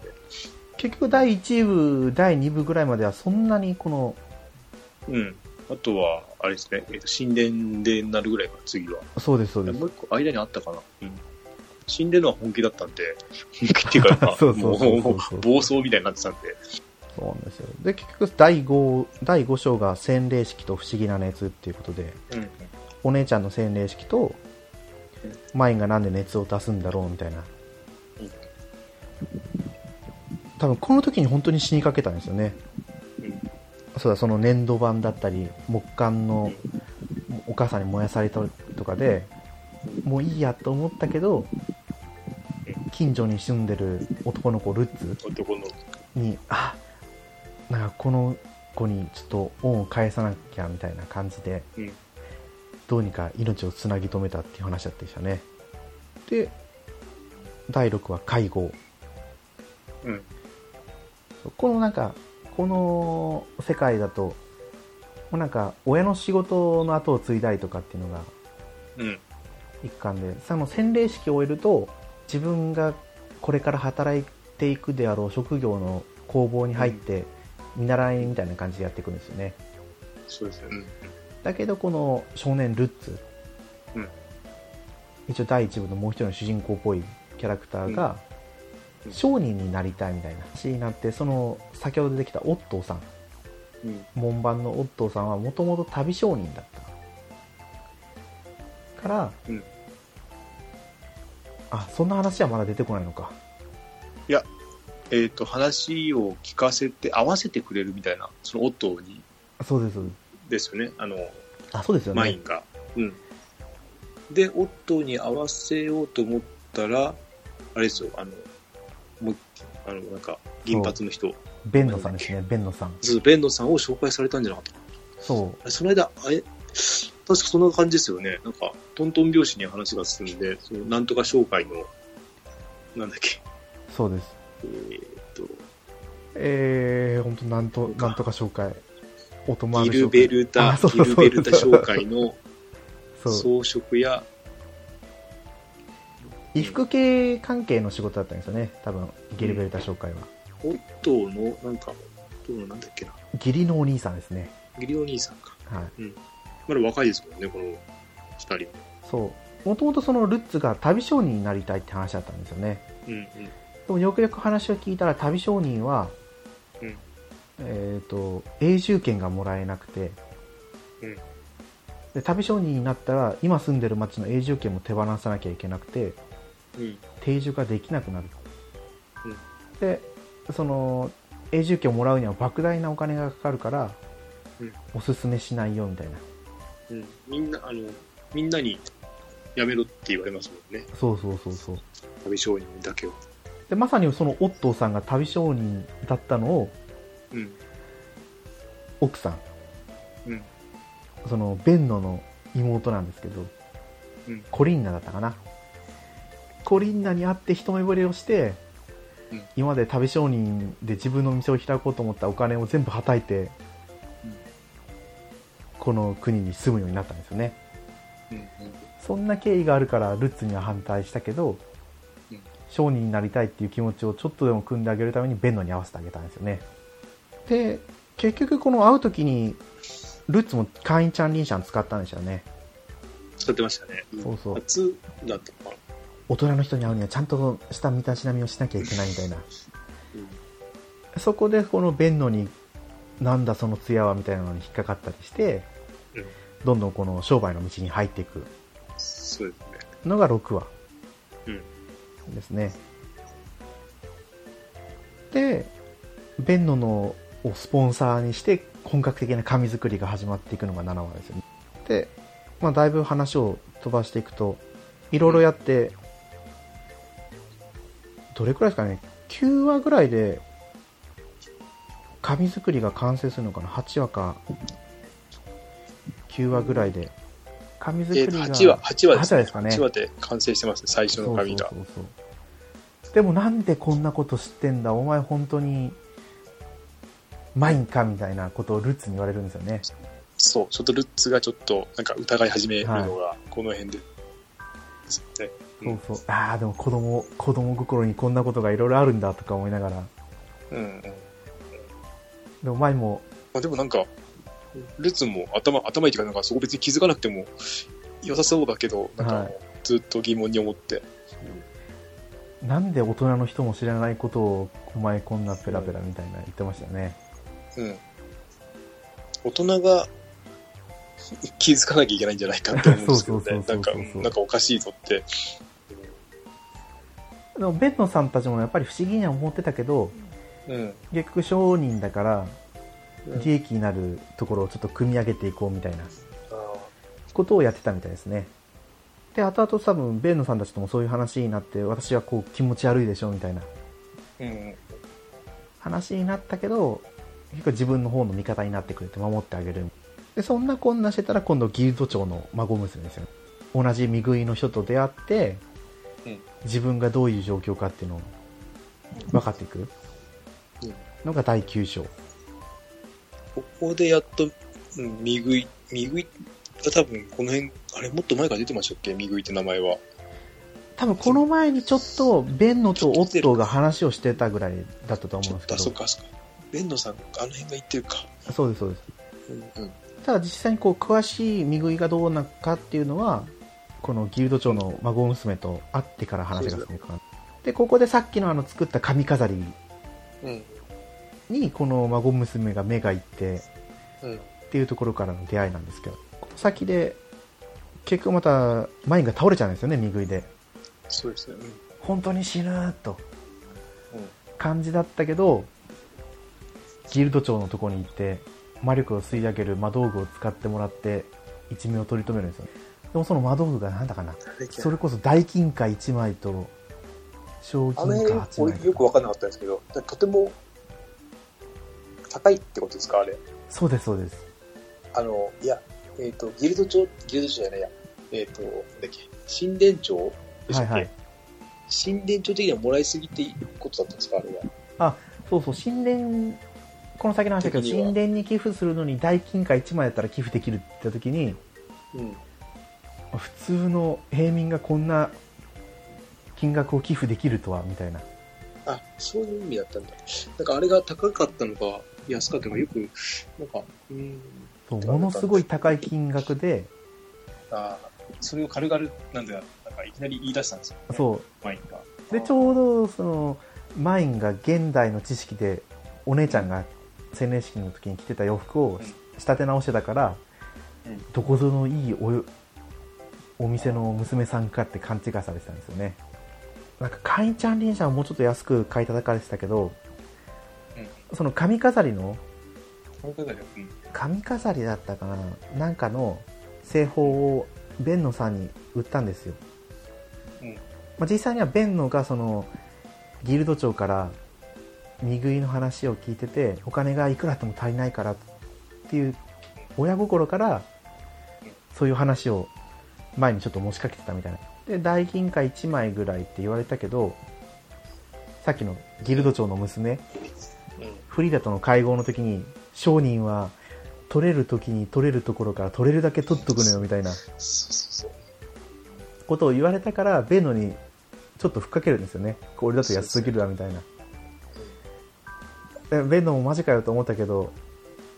Speaker 1: 結局第1部第2部ぐらいまではそんなにこの
Speaker 2: うん。あとは、あれですね、えっと神殿でなるぐらいか、次は。
Speaker 1: そうですそうです
Speaker 2: もう一個、間にあったかな。うん。死んでるのは本気だったんで、本気っていう
Speaker 1: [LAUGHS]
Speaker 2: か、まあ
Speaker 1: そうそうそうそ
Speaker 2: も
Speaker 1: うそう
Speaker 2: う、暴走みたいになってたんで。
Speaker 1: そうなんですよで結局第 5, 第5章が洗礼式と不思議な熱っていうことで
Speaker 2: うん。
Speaker 1: お姉ちゃんの洗礼式とマインがなんで熱を出すんだろうみたいな
Speaker 2: うん
Speaker 1: 多分この時に本当に死にかけたんですよね、
Speaker 2: うん
Speaker 1: そうだその粘土板だったり木管のお母さんに燃やされたとかでもういいやと思ったけど近所に住んでる男の子ルッツ
Speaker 2: 男の
Speaker 1: にあなんかこの子にちょっと恩を返さなきゃみたいな感じで、
Speaker 2: うん
Speaker 1: どうにか命をつなぎ止めたっていう話だったでしたねで第6話介護
Speaker 2: うん
Speaker 1: このなんかこの世界だともうなんか親の仕事の後を継いだりとかっていうのが
Speaker 2: うん
Speaker 1: 一環でその洗礼式を終えると自分がこれから働いていくであろう職業の工房に入って、見習いみたいな感じでやっていくんですよね
Speaker 2: そうですよね
Speaker 1: だけどこの少年ルッツ、
Speaker 2: うん
Speaker 1: 一応第1部のもう一人の主人公っぽいキャラクターが、
Speaker 2: うん
Speaker 1: 商人になりたいみたいな話になってその先ほど出てきたオットーさん
Speaker 2: うん
Speaker 1: 門番のオットーさんはもともと旅商人だったから、
Speaker 2: うん
Speaker 1: あそんな話はまだ出てこないのか
Speaker 2: えっと話を聞かせて合わせてくれるみたいなその音に
Speaker 1: そうですそうです
Speaker 2: ですよねあの
Speaker 1: あそうですよね
Speaker 2: マインが。うん。で、オットーに合わせようと思ったら、あれですよ、あの、もう、あの、なんか、銀髪の人、
Speaker 1: ベンノさんですねベンノさん
Speaker 2: ズベンドさんを紹介されたんじゃなかったかな
Speaker 1: そ
Speaker 2: あれその間、あれ、確かそんな感じですよね。なんか、トントン拍子に話が進んで、その、なんとか紹介の、なんだっけ、
Speaker 1: うそうです
Speaker 2: えーっと、
Speaker 1: えー、本当なんとなんとか紹介オトマー
Speaker 2: ギ
Speaker 1: ル
Speaker 2: ル
Speaker 1: 紹
Speaker 2: ベ
Speaker 1: 介
Speaker 2: ルタ、
Speaker 1: あそう
Speaker 2: ギ
Speaker 1: そう
Speaker 2: ルベルタ紹介の
Speaker 1: そう
Speaker 2: 装飾や、
Speaker 1: 衣服系関係の仕事だったんですよね多分ギルベルタ紹介は、
Speaker 2: オットーの、なんか、オットーのなんだっけな、
Speaker 1: 義理のお兄さんですね
Speaker 2: ギリお兄さんか。
Speaker 1: はい
Speaker 2: まだ若いですもんね、この二人。
Speaker 1: そうもともとそのルッツが旅商人になりたいって話だったんですよね
Speaker 2: うんうん。
Speaker 1: でもよくよく話を聞いたら旅商人は、
Speaker 2: うん
Speaker 1: えっ、と永住権がもらえなくて、
Speaker 2: うん
Speaker 1: で旅商人になったら今住んでる町の永住権も手放さなきゃいけなくて
Speaker 2: うん。
Speaker 1: 定住ができなくなる、
Speaker 2: うん
Speaker 1: でその永住権をもらうには莫大なお金がかかるから、
Speaker 2: うん
Speaker 1: おすすめしないよみたいな
Speaker 2: うん。みんな、あの、みんなにやめろって言われますもんね。
Speaker 1: そうそうそうそう
Speaker 2: 旅商人だけは。
Speaker 1: でまさにそのオットーさんが旅商人だったのを
Speaker 2: うん。
Speaker 1: 奥さん
Speaker 2: うん。
Speaker 1: そのベンノの妹なんですけど、
Speaker 2: うん
Speaker 1: コリンナだったかなコリンナに会って一目惚れをして、
Speaker 2: うん
Speaker 1: 今まで旅商人で自分の店を開こうと思ったお金を全部はたいて、
Speaker 2: うん
Speaker 1: この国に住むようになったんですよね
Speaker 2: うん。
Speaker 1: そんな経緯があるからルッツには反対したけど、
Speaker 2: うん
Speaker 1: 商人になりたいっていう気持ちをちょっとでも組んであげるためにベンノに合わせてあげたんですよねで結局この会う時にルッツも会員チャンリンシャン使ったんでしたよね
Speaker 2: 使ってましたね。ん
Speaker 1: そうそう
Speaker 2: 初だったかな。
Speaker 1: 大人の人に会うにはちゃんとした身だしなみをしなきゃいけないみたいな
Speaker 2: うん。
Speaker 1: そこでこのベンノになんだその艶はみたいなのに引っかかったりして、
Speaker 2: うん
Speaker 1: どんどんこの商売の道に入っていく
Speaker 2: そうですね。
Speaker 1: のが6話
Speaker 2: うん
Speaker 1: ですね、でベンノのをスポンサーにして本格的な紙作りが始まっていくのが7話ですよねで、まあ、だいぶ話を飛ばしていくといろいろやってどれくらいですかね9話ぐらいで紙作りが完成するのかな8話か9話ぐらいで紙作り
Speaker 2: えっと、
Speaker 1: が
Speaker 2: 8話、8話です。
Speaker 1: 8話ですかね
Speaker 2: 8話で完成してますね、最初の紙が
Speaker 1: そ。うそうそうでもなんでこんなこと知ってんだお前本当にマインかみたいなことをルッツに言われるんですよね
Speaker 2: そう、ちょっとルッツがちょっと、なんか疑い始めるのが、この辺で。ですねう
Speaker 1: そ
Speaker 2: ん
Speaker 1: うそうああでも子供子供心にこんなことがいろいろあるんだとか思いながら
Speaker 2: うんうん。
Speaker 1: でもマインも
Speaker 2: まあ、でもなんか、ルツも頭、頭いいっていうか、なんかそこ別に気づかなくても良さそうだけど、なん
Speaker 1: は
Speaker 2: か
Speaker 1: い
Speaker 2: ずっと疑問に思って、
Speaker 1: なんで大人の人も知らないことをお前こんなペラペラみたいな言ってましたよね
Speaker 2: うん。大人が気づかなきゃいけないんじゃないかって思うんですけど
Speaker 1: そう
Speaker 2: ね。
Speaker 1: そ
Speaker 2: な
Speaker 1: うそ
Speaker 2: ん
Speaker 1: うそ
Speaker 2: か、
Speaker 1: う
Speaker 2: うんなんかおかしいぞって。
Speaker 1: でもベッドさんたちもやっぱり不思議には思ってたけど
Speaker 2: うん。
Speaker 1: 結局商人だから
Speaker 2: うん
Speaker 1: 利益になるところをちょっと組み上げていこうみたいな
Speaker 2: あー
Speaker 1: ことをやってたみたいですねで後々多分ベンノさんたちともそういう話になって私はこう気持ち悪いでしょみたいな
Speaker 2: うん。
Speaker 1: 話になったけど結構自分の方の味方になってくれて守ってあげるでそんなこんなしてたら今度ギルド長の孫娘ですよね同じ見食いの人と出会って、
Speaker 2: うん
Speaker 1: 自分がどういう状況かっていうのを分かっていく
Speaker 2: うん
Speaker 1: のが第9章
Speaker 2: ここでやっと、うん、見食い、見食いが多分この辺、あれもっと前から出てましたっけ見食いって名前は。
Speaker 1: 多分この前にちょっとベンノとオットーが話をしてたぐらいだったと思
Speaker 2: ち
Speaker 1: う
Speaker 2: ょ
Speaker 1: んで
Speaker 2: っ
Speaker 1: すけ
Speaker 2: と、あ、
Speaker 1: ど
Speaker 2: そっか、あそっか。ベンノさん、あの辺が言ってるか。
Speaker 1: そうですそうです
Speaker 2: うんうん。
Speaker 1: ただ実際にこう詳しい見食いがどうなのかっていうのはこのギルド長の孫娘と会ってから話が進むかなでここでさっきのあの作った髪飾り
Speaker 2: うん。
Speaker 1: にこの孫娘が目がいって
Speaker 2: うん。
Speaker 1: っていうところからの出会いなんですけどこの先で結局またマインが倒れちゃうんですよね見食いで
Speaker 2: そうですね。うん。
Speaker 1: 本当に死ぬと
Speaker 2: うん
Speaker 1: 感じだったけどギルド長のところに行って魔力を吸い上げる魔道具を使ってもらって一命を取り留めるんですよねでもその魔道具がなんだかなそれこそ大金貨1枚と賞
Speaker 2: あ
Speaker 1: 金
Speaker 2: の
Speaker 1: 貨
Speaker 2: 辺、
Speaker 1: 8枚
Speaker 2: 俺よく分かんなかったんですけど、だとても高いってことですか、あれ。
Speaker 1: そうですそうです
Speaker 2: あの、いや、えっ、と、ギルド長、ギルド長じゃないや、えっ、と、なんだっけ、神殿長でし
Speaker 1: は
Speaker 2: たっ
Speaker 1: い
Speaker 2: け、
Speaker 1: はい
Speaker 2: 神殿長的にはもらいすぎっていうことだったんですか、あれは。
Speaker 1: そうそう神殿この先の話だけど
Speaker 2: 的には
Speaker 1: 神殿に寄付するのに大金貨1枚だったら寄付できるって言った時に
Speaker 2: うん。
Speaker 1: 普通の平民がこんな金額を寄付できるとはみたいな
Speaker 2: あ、そういう意味だったんだ。なんかあれが高かったのか、安かったのか、よく、なんか、うん、
Speaker 1: そうものすごい高い金額で
Speaker 2: あそれを軽々なんで、なんかいきなり言い出したんですよ、ね。う。
Speaker 1: そう
Speaker 2: マインが。
Speaker 1: でちょうどそのマインが現代の知識でお姉ちゃんが洗礼式の時に着てた洋服を
Speaker 2: うん
Speaker 1: 仕立て直してたから、
Speaker 2: うん
Speaker 1: どこぞのいいおよお店の娘さんかって勘違いされてたんですよねなんかカインチャンリン社はもうちょっと安く買い叩かれてたけど
Speaker 2: うん。
Speaker 1: その髪飾りの
Speaker 2: この方がねうん。
Speaker 1: 髪飾りだったかななんかの製法をベンノさんに売ったんですよ、
Speaker 2: うん
Speaker 1: まあ、実際にはベンノがそのギルド長から見食いの話を聞いててお金がいくらあっても足りないからっていう親心からそういう話を前にちょっと持ちかけてたみたいなで大金貨1枚ぐらいって言われたけどさっきのギルド長の娘、フリーダとの会合の時に商人は取れる時に取れるところから取れるだけ取っとくのよみたいな
Speaker 2: そうそうそう。
Speaker 1: ことを言われたからベノにちょっとふっかけるんですよねこれだと安すぎるわみたいなでベノもマジかよと思ったけど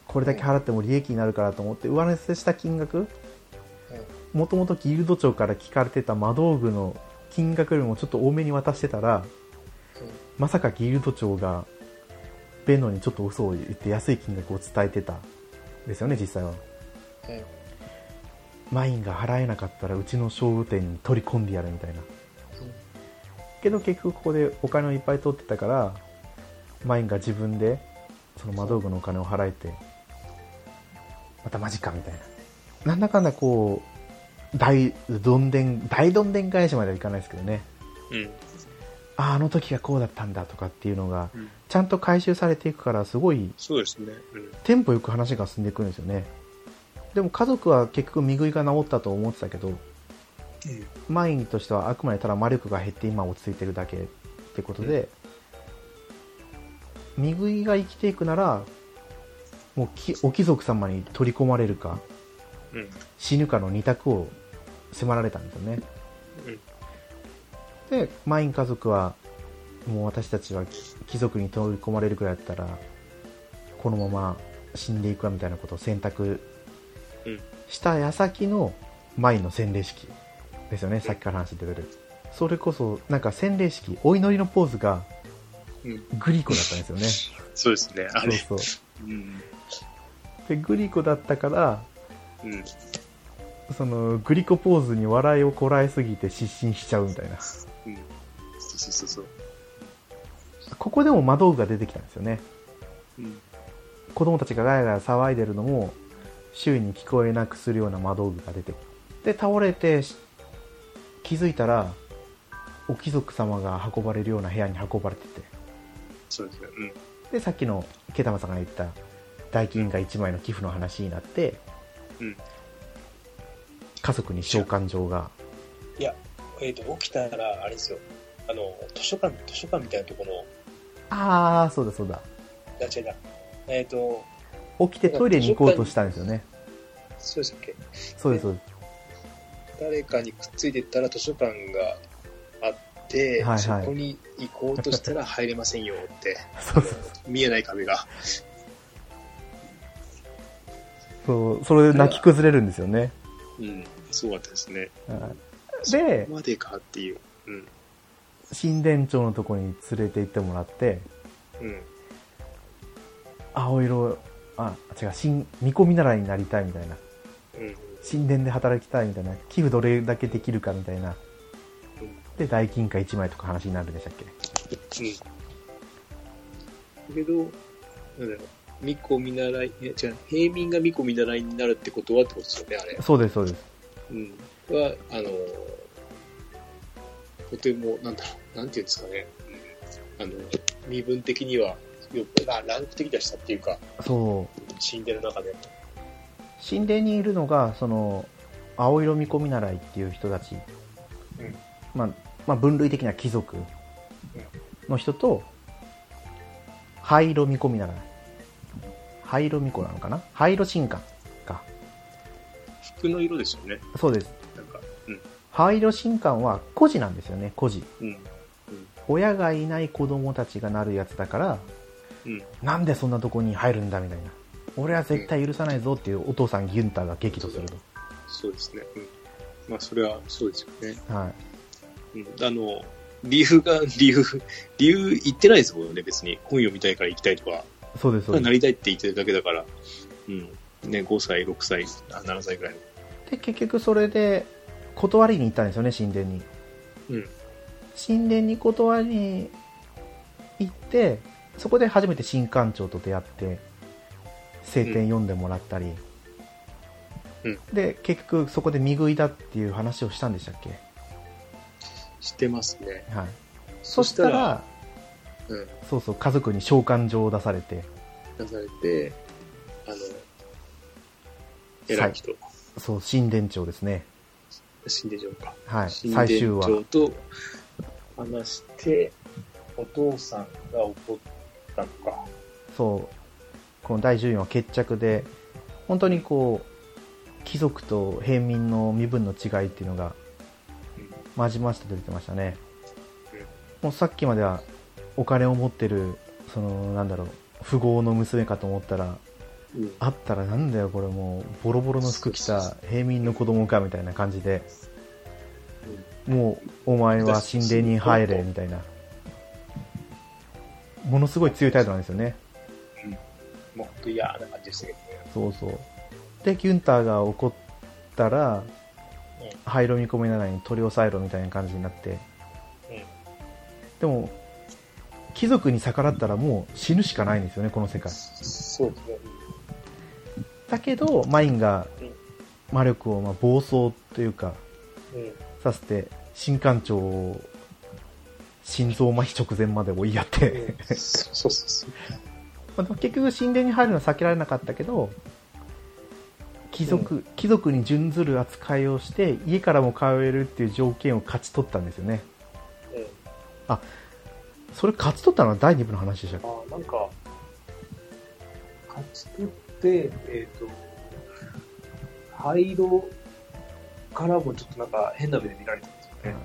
Speaker 1: これだけ払っても利益になるからと思って上乗せした金額もともとギルド長から聞かれてた魔道具の金額よりもちょっと多めに渡してたら
Speaker 2: うん
Speaker 1: まさかギルド長がベノにちょっと嘘を言って安い金額を伝えてたんですよね実際は
Speaker 2: うん
Speaker 1: マインが払えなかったらうちの勝負店に取り込んでやるみたいなけど結局ここでお金をいっぱい取ってたからマインが自分でその魔道具のお金を払えてまたマジかみたいななんだかんだこう大どんでん大どんでん返しまではいかないですけどね
Speaker 2: うん。
Speaker 1: あああの時がこうだったんだとかっていうのが
Speaker 2: うん。
Speaker 1: ちゃんと回収されていくからすごい
Speaker 2: そうですね。うん。
Speaker 1: テンポよく話が進んでいくんですよねでも家族は結局見食いが治ったと思ってたけどマインとしてはあくまでただ魔力が減って今落ち着いてるだけってことで、見食いが生きていくならもうきお貴族様に取り込まれるか
Speaker 2: うん。うん。
Speaker 1: 死ぬかの二択を迫られたんですよね、でマイン家族はもう私たちは貴貴族に取り込まれるくらいだったらこのまま死んでいくわみたいなことを選択
Speaker 2: うん
Speaker 1: した矢先のマインの洗礼式ですよねさっきから話してくるそれこそなんか洗礼式お祈りのポーズが
Speaker 2: うん
Speaker 1: グリコだったんですよね、
Speaker 2: そうですね。 [LAUGHS] あれ。
Speaker 1: そうそう
Speaker 2: うん。
Speaker 1: でグリコだったから
Speaker 2: うん。
Speaker 1: そのグリコポーズに笑いをこらえすぎて失神しちゃうみたいな
Speaker 2: うんそうそうそうそう。
Speaker 1: ここでも魔道具が出てきたんですよね
Speaker 2: うん。
Speaker 1: 子供たちがガヤガヤ騒いでるのも周囲に聞こえなくするような魔道具が出てで倒れてし気づいたらお貴族様が運ばれるような部屋に運ばれてて
Speaker 2: そうですね。うん。
Speaker 1: でさっきのケタマさんが言った代金が1枚の寄付の話になって、
Speaker 2: うん
Speaker 1: 家族に召喚状が
Speaker 2: えっ、と、起きたら、あれですよ。あの、図書館、図書館みたいなところ
Speaker 1: ああそうだそうだ
Speaker 2: の、あ、違うな。えっ、と、
Speaker 1: 起きてトイレに行こうとしたんですよね
Speaker 2: そうでしたっけ
Speaker 1: そうですそうです
Speaker 2: 誰かにくっついてったら図書館があって、
Speaker 1: はいはい
Speaker 2: そこに行こうとしたら入れませんよって、
Speaker 1: そうそう
Speaker 2: 見えない壁が。
Speaker 1: そうそれで泣き崩れるんですよね
Speaker 2: うん、すごかったですね。
Speaker 1: はいで
Speaker 2: そこまでかっていう。うん。
Speaker 1: 神殿町のとこに連れて行ってもらって
Speaker 2: うん。
Speaker 1: 青色あ違う新見込み習いになりたいみたいな
Speaker 2: うん。
Speaker 1: 神殿で働きたいみたいな寄付どれだけできるかみたいなで代金貨1枚とか話になるんでしたっけ
Speaker 2: うん。だけど、なんだろう、巫女見習い、え、違う、平民が巫女見習いになるってことはってことですよね、あれ。
Speaker 1: そうですそうです
Speaker 2: うん。は、あのー、とても、なんだろう、なんていうんですかね。うん、あの、身分的には、よっぽど、あランク的でしたっていうか、
Speaker 1: そう
Speaker 2: 死んでる中で。
Speaker 1: 神殿にいるのがその青色見込み習いっていう人たち、
Speaker 2: うん
Speaker 1: まあ、まあ分類的には貴族の人と灰色見込み習い灰色巫女なのかな灰色神官か
Speaker 2: 服の色ですよね、
Speaker 1: そうです
Speaker 2: なんか。
Speaker 1: 灰色神官は孤児なんですよね孤児
Speaker 2: うん。
Speaker 1: 親がいない子供たちがなるやつだから、
Speaker 2: うん
Speaker 1: なんでそんなとこに入るんだみたいな俺は絶対許さないぞっていうお父さんギュンターが激怒すると、
Speaker 2: そうですね。うん。まあ、それは、そうですよね。
Speaker 1: はい、
Speaker 2: うん、あの、理由が、 [LAUGHS] 理由、理由言ってないですもんね、別に。本読みたいから行きたいとか、
Speaker 1: そうですそうです
Speaker 2: なりたいって言ってるだけだから、うん。ね、5歳、6歳、あ7歳ぐらい
Speaker 1: で結局それで断りに行ったんですよね神殿に、
Speaker 2: うん
Speaker 1: 神殿に断りに行ってそこで初めて新館長と出会って聖典読んでもらったり、
Speaker 2: うん
Speaker 1: で結局そこで見食いだっていう話をしたんでしたっけ、
Speaker 2: してますね。
Speaker 1: はい、
Speaker 2: そ
Speaker 1: そしたら
Speaker 2: したらうん。
Speaker 1: そうそう家族に召喚状を出されて
Speaker 2: 出されて、あの、偉い人、
Speaker 1: そう神殿長ですね、
Speaker 2: 死んでしょうか。
Speaker 1: はい、
Speaker 2: 新
Speaker 1: 最終話
Speaker 2: 店長と話して、お父さんが怒ったのか。
Speaker 1: そうこの第14話決着で本当にこう貴族と平民の身分の違いっていうのが
Speaker 2: うん
Speaker 1: まじまじと出てましたね
Speaker 2: うん
Speaker 1: もうさっきまではお金を持ってるそのなんだろう富豪の娘かと思ったら
Speaker 2: うん
Speaker 1: あったらなんだよこれもうボロボロの服着た平民の子供かみたいな感じでもうお前は神殿に入れみたいなものすごい強い態度なんですよね
Speaker 2: もう本当嫌な感じでしたけどね。
Speaker 1: そうそうでギュンターが怒ったら灰色見込みならに取り押さえろみたいな感じになって
Speaker 2: うん
Speaker 1: でも貴族に逆らったらもう死ぬしかないんですよねこの世界
Speaker 2: そうですね。
Speaker 1: だけどマインが
Speaker 2: うん
Speaker 1: 魔力をまあ暴走というか
Speaker 2: うん。うん
Speaker 1: させて新艦長を心臓麻痺直前まで追いやって、
Speaker 2: そうそうそう。
Speaker 1: [LAUGHS] まあでも結局神殿に入るのは避けられなかったけど貴族,、貴族に準ずる扱いをして家からも通えるっていう条件を勝ち取ったんですよね
Speaker 2: うん
Speaker 1: それ勝ち取ったのは第2部の話でしたっけ
Speaker 4: あなんか、勝ち取って、えっ、と、灰色からもちょっとなんか変な目で見られてるんですよね。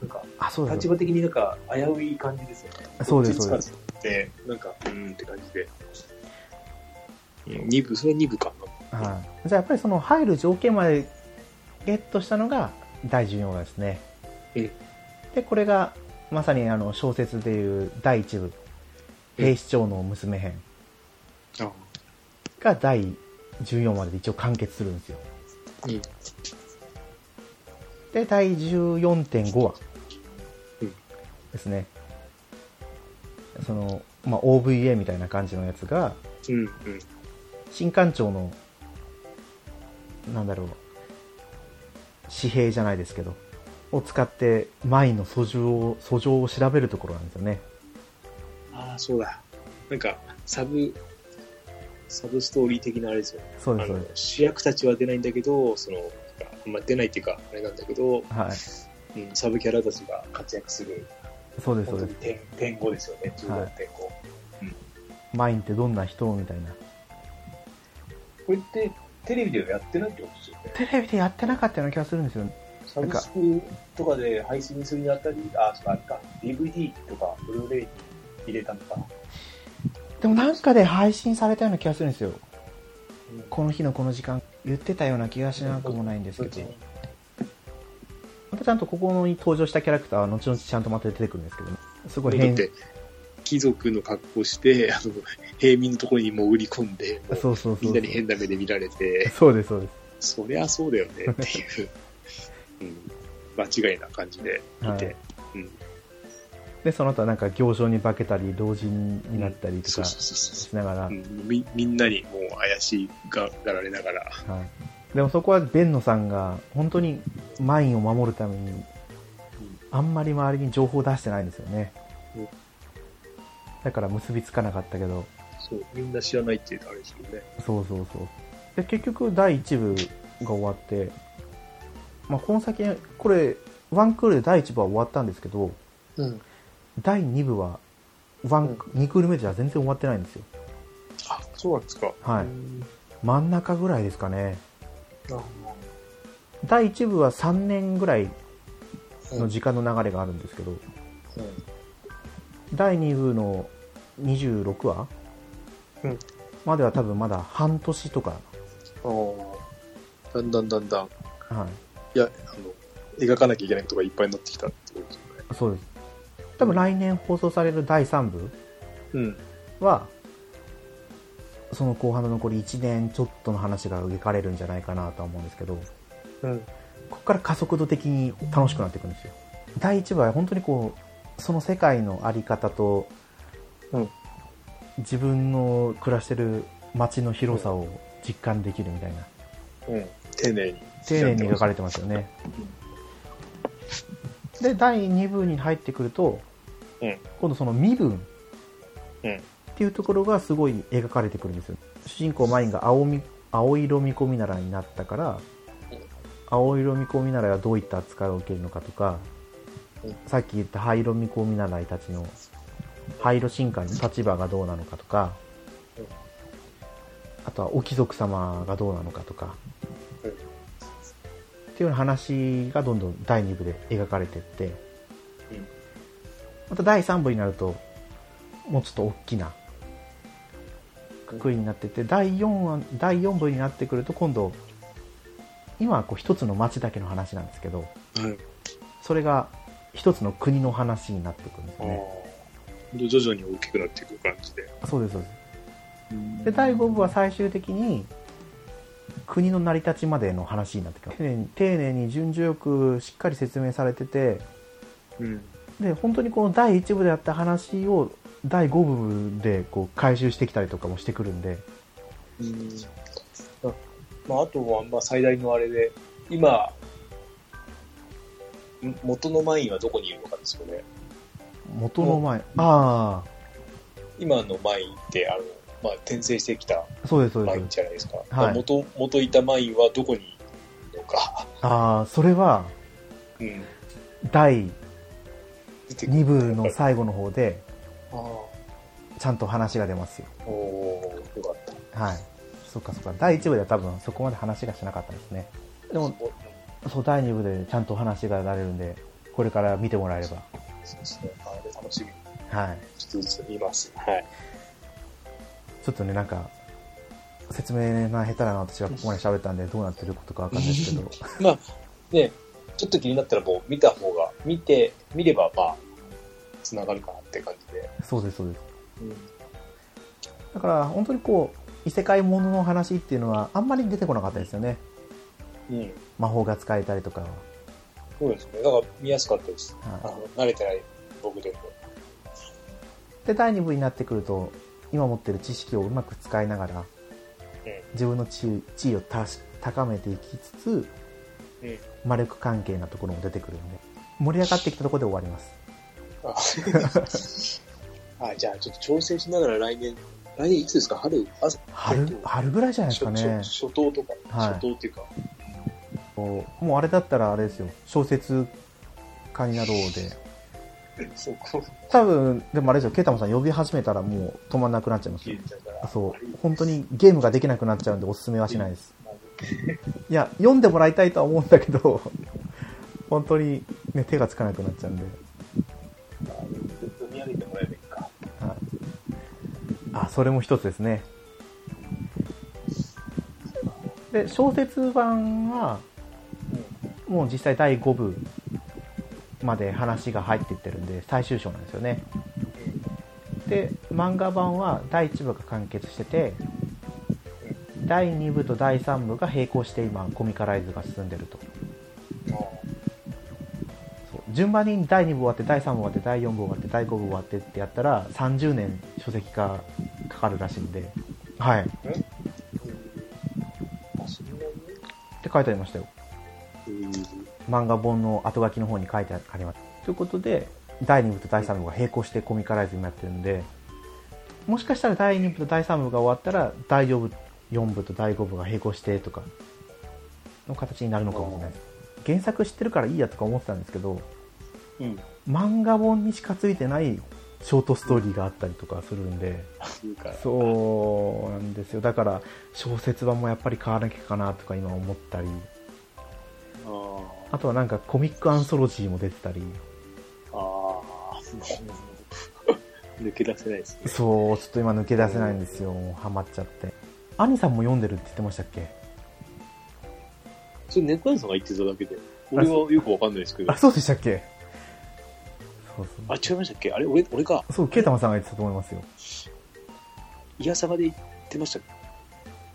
Speaker 4: なんか、
Speaker 1: あそうだ
Speaker 4: 立
Speaker 1: そう
Speaker 4: 場的になんか危うい感じですよね。
Speaker 1: だそうですそう
Speaker 2: か
Speaker 1: です
Speaker 2: って、なんか、うんって感じで。二部、それは二部か
Speaker 1: はいじゃあやっぱりその入る条件までゲットしたのが第14話ですね
Speaker 2: うん
Speaker 1: でこれがまさにあの小説でいう第1部「
Speaker 2: うん
Speaker 1: 警視庁の娘編
Speaker 2: な。あ」
Speaker 1: が第14話で一応完結するんですよ
Speaker 2: うん。
Speaker 1: で第14.5話
Speaker 2: うん
Speaker 1: ですねその、まあ、OVA みたいな感じのやつが
Speaker 3: うんうん。
Speaker 1: 新館長のなんだろう紙幣じゃないですけどを使って前の訴状を訴状を調べるところなんですよね
Speaker 3: ああ、そうだ。なんか、サブ、サブストーリー的なあれですよね。
Speaker 1: そうで
Speaker 3: あ
Speaker 1: すそう
Speaker 3: の
Speaker 1: です、
Speaker 3: 主役たちは出ないんだけど、その、なんかあんま出ないっていうか、あれなんだけど、
Speaker 1: はい、
Speaker 3: うん、サブキャラたちが活躍する、
Speaker 1: そうですそ
Speaker 3: 本当
Speaker 1: うで
Speaker 3: に
Speaker 1: す
Speaker 3: 点点5ですよね、
Speaker 1: は
Speaker 3: 14.5。
Speaker 1: いマインってどんな人みたいな
Speaker 2: これってテレビではやってないってことですよね。
Speaker 1: テレビでやってなかったような気がするんですよ
Speaker 2: サブスクとかで配信するにあたり、あ、そうか、あれか、DVD とか、ブルーレイに入れたのかな。
Speaker 1: でもなんかで配信されたような気がするんですよこの日のこの時間言ってたような気がしなくもないんです
Speaker 2: そ
Speaker 1: け
Speaker 2: っ
Speaker 1: ど
Speaker 2: ちに。
Speaker 1: またちゃんとここに登場したキャラクターは後々ちゃんとまた出てくるんですけどすごい
Speaker 3: だっ
Speaker 1: 変
Speaker 3: て、貴族の格好して、あの、平民のところに潜り込んで、もう
Speaker 1: そうそう
Speaker 3: み
Speaker 1: そ
Speaker 3: んな
Speaker 1: う
Speaker 3: に変な目で見られて、
Speaker 1: そうですそうで
Speaker 3: そりゃそうだよねっていう、うん、間違いな感じでいて、
Speaker 1: はい
Speaker 3: うん、
Speaker 1: すでその後はなんか行商に化けたり老人になったりと
Speaker 3: そう
Speaker 1: か
Speaker 3: そう
Speaker 1: し
Speaker 3: そうそう。
Speaker 1: ながら、
Speaker 3: うんみみんなにもう怪しがられながら、
Speaker 1: はい、でもそこはベンノさんが本当にマインを守るためにあんまり周りに情報を出してないんですよね
Speaker 3: うん
Speaker 1: だから結びつかなかったけど
Speaker 3: そうみんな知らないっていうとあれですよね。
Speaker 1: そうそうそうで結局第1部が終わって、まあ、この先これワンクールで第1部は終わったんですけど
Speaker 3: うん、
Speaker 1: 第2部はワン、2クール目じゃ全然終わってないんですよ
Speaker 3: あそうなんですか。
Speaker 1: はい
Speaker 3: うん
Speaker 1: 真ん中ぐらいですかね
Speaker 3: あー
Speaker 1: 第1部は3年ぐらいの時間の流れがあるんですけど、第2部の26話、
Speaker 3: うん
Speaker 1: までは多分まだ半年とか、
Speaker 3: あーだんだんだんだん、
Speaker 1: はい
Speaker 3: や、あの、描かなきゃいけないことがいっぱいになってきたってことですよね。
Speaker 1: い、そうです多分来年放送される第3部
Speaker 3: うん。
Speaker 1: はその後半の残り1年ちょっとの話が描かれるんじゃないかなとは思うんですけどこ
Speaker 3: うん。
Speaker 1: こから加速度的に楽しくなっていくんですよ第1部は本当にこうその世界の在り方と、
Speaker 3: うん
Speaker 1: 自分の暮らしてる街の広さを実感できるみたいな
Speaker 3: うん。丁寧に。
Speaker 1: 丁寧に描かれてますよね。で第2部に入ってくると、
Speaker 3: うん
Speaker 1: 今度その身分
Speaker 3: うん
Speaker 1: っていうところがすごい描かれてくるんですよ。主人公マインが青み青色見込み習いになったから
Speaker 3: うん
Speaker 1: 青色見込み習いはどういった扱いを受けるのかとか、
Speaker 3: うん
Speaker 1: さっき言った灰色見込み習いたちの灰色神官の立場がどうなのかとか、
Speaker 3: うん
Speaker 1: あとはお貴族様がどうなのかとか。
Speaker 3: うん
Speaker 1: っていうような話がどんどん第2部で描かれてって、
Speaker 3: ん
Speaker 1: また第3部になるともうちょっと大きなくくりになってて第 4, 話第4部になってくると今度今はこう一つの町だけの話なんですけど
Speaker 3: はい。
Speaker 1: それが一つの国の話になってくるんですよね
Speaker 3: あー徐々に大きくなっていく感じで。
Speaker 1: そうですそうですで第5部は最終的に国の成り立ちまでの話になってくる丁寧に丁寧に順序よくしっかり説明されてて
Speaker 3: うん。
Speaker 1: で本当にこの第1部でやった話を第5部でこう回収してきたりとかもしてくるんで
Speaker 3: うん。
Speaker 2: まあ、あとは、まあ、最大のあれで、今、ん元のマインはどこにいるのかですよね。
Speaker 1: 元の前あ
Speaker 2: 今のマインって、あの、まあ、転生してきた
Speaker 1: あそうですそうですそう
Speaker 2: マイン
Speaker 1: です
Speaker 2: じゃないですか。
Speaker 1: はい
Speaker 2: 元、元いたマインはどこにいるのか。
Speaker 1: ああそれは
Speaker 2: うん。
Speaker 1: 第
Speaker 2: 出てくる
Speaker 1: 2部の最後の方で
Speaker 2: ああ。
Speaker 1: ちゃんと話が出ますよ
Speaker 2: おおーよかった。
Speaker 1: はいそっかそっか第1部では多分そこまで話がしなかったですねでもそう第2部でちゃんと話がられるんでこれから見てもらえれば
Speaker 2: そうですね。あれ楽しみに
Speaker 1: はい
Speaker 2: ちょっとずつ見ます。はい。
Speaker 1: ちょっとねなんか説明が下手だな私はここまで喋ったんでどうなってることかわかんないですけど
Speaker 2: まあ、ね、ちょっと気になったらもう見た方が、見て、見ればまあ、つながるかなって感じで。
Speaker 1: そうですそうです
Speaker 2: うん。
Speaker 1: だから本当にこう異世界ものの話っていうのはあんまり出てこなかったですよね
Speaker 2: うん。
Speaker 1: 魔法が使えたりとかは
Speaker 2: そうですね。だから見やすかったです。
Speaker 1: は
Speaker 2: あの慣れてない僕でも。
Speaker 1: で第2部になってくると今持ってる知識をうまく使いながら
Speaker 2: え
Speaker 1: 自分の地位地位をたし高めていきつつ
Speaker 2: え
Speaker 1: 魔力関係なところも出てくるので盛り上がってきたところで終わります
Speaker 2: [LAUGHS] ああ、じゃあ、ちょっと調整しながら来年、来年いつですか春あ
Speaker 1: 春
Speaker 2: えっと
Speaker 1: 春ぐらいじゃないですかね
Speaker 2: 初初頭とか、
Speaker 1: はい
Speaker 2: 初頭っていうか、 [LAUGHS]
Speaker 1: もうもうあれだったらあれですよ小説家になろうで
Speaker 2: そこを
Speaker 1: 多分でもあれですよケイタマンさん呼び始めたらもう止まんなくなっちゃいます
Speaker 2: 聞
Speaker 1: よ
Speaker 2: いたから、
Speaker 1: そ
Speaker 2: あれ
Speaker 1: う本当にゲームができなくなっちゃうんでおすすめはしないですいや読んでもらいたいとは思うんだけど本当に、ね、手がつかなくなっちゃうんで
Speaker 2: 読み上げてもらえばいいか。
Speaker 1: ああそれも一つですねで小説版はもう実際第5部まで話が入っていってるんで最終章なんですよねで漫画版は第1部が完結してて第2部と第3部が並行して今コミカライズが進んでると
Speaker 2: あ
Speaker 1: そう順番に第2部終わって第3部終わって第4部終わって第5部終わってってやったら30年書籍化かかるらしいんではいっ
Speaker 2: うんあそんな
Speaker 1: て書いてありましたよ
Speaker 2: にうん
Speaker 1: 漫画本の後書きの方に書いてありますということで第2部と第3部が並行してコミカライズになってるんでもしかしたら第2部と第3部が終わったら第4部4部と第5部が並行してとかの形になるのかもしれないです原作知ってるからいいやとか思ってたんですけど
Speaker 2: うん。
Speaker 1: 漫画本にしかついてないショートストーリーがあったりとかするんで
Speaker 2: いうから。
Speaker 1: そうなんですよだから小説版もやっぱり買わなきゃかなとか今思ったり
Speaker 2: あ
Speaker 1: あとはなんかコミックアンソロジーも出てたり
Speaker 2: あ。ああ。 [LAUGHS] 抜け出せないですね。
Speaker 1: そうちょっと今抜け出せないんですよハマっちゃって兄さんも読んでるって言ってましたっけ
Speaker 2: それ、猫屋さんが言ってただけで、俺はよくわかんないですけど
Speaker 1: あ。そうでしたっけそう
Speaker 2: あ、
Speaker 1: そ
Speaker 2: 違いましたっけあれ俺、俺か。
Speaker 1: うそうケイタマさんが言ってたと思いますよ
Speaker 2: イヤサガで言ってましたっ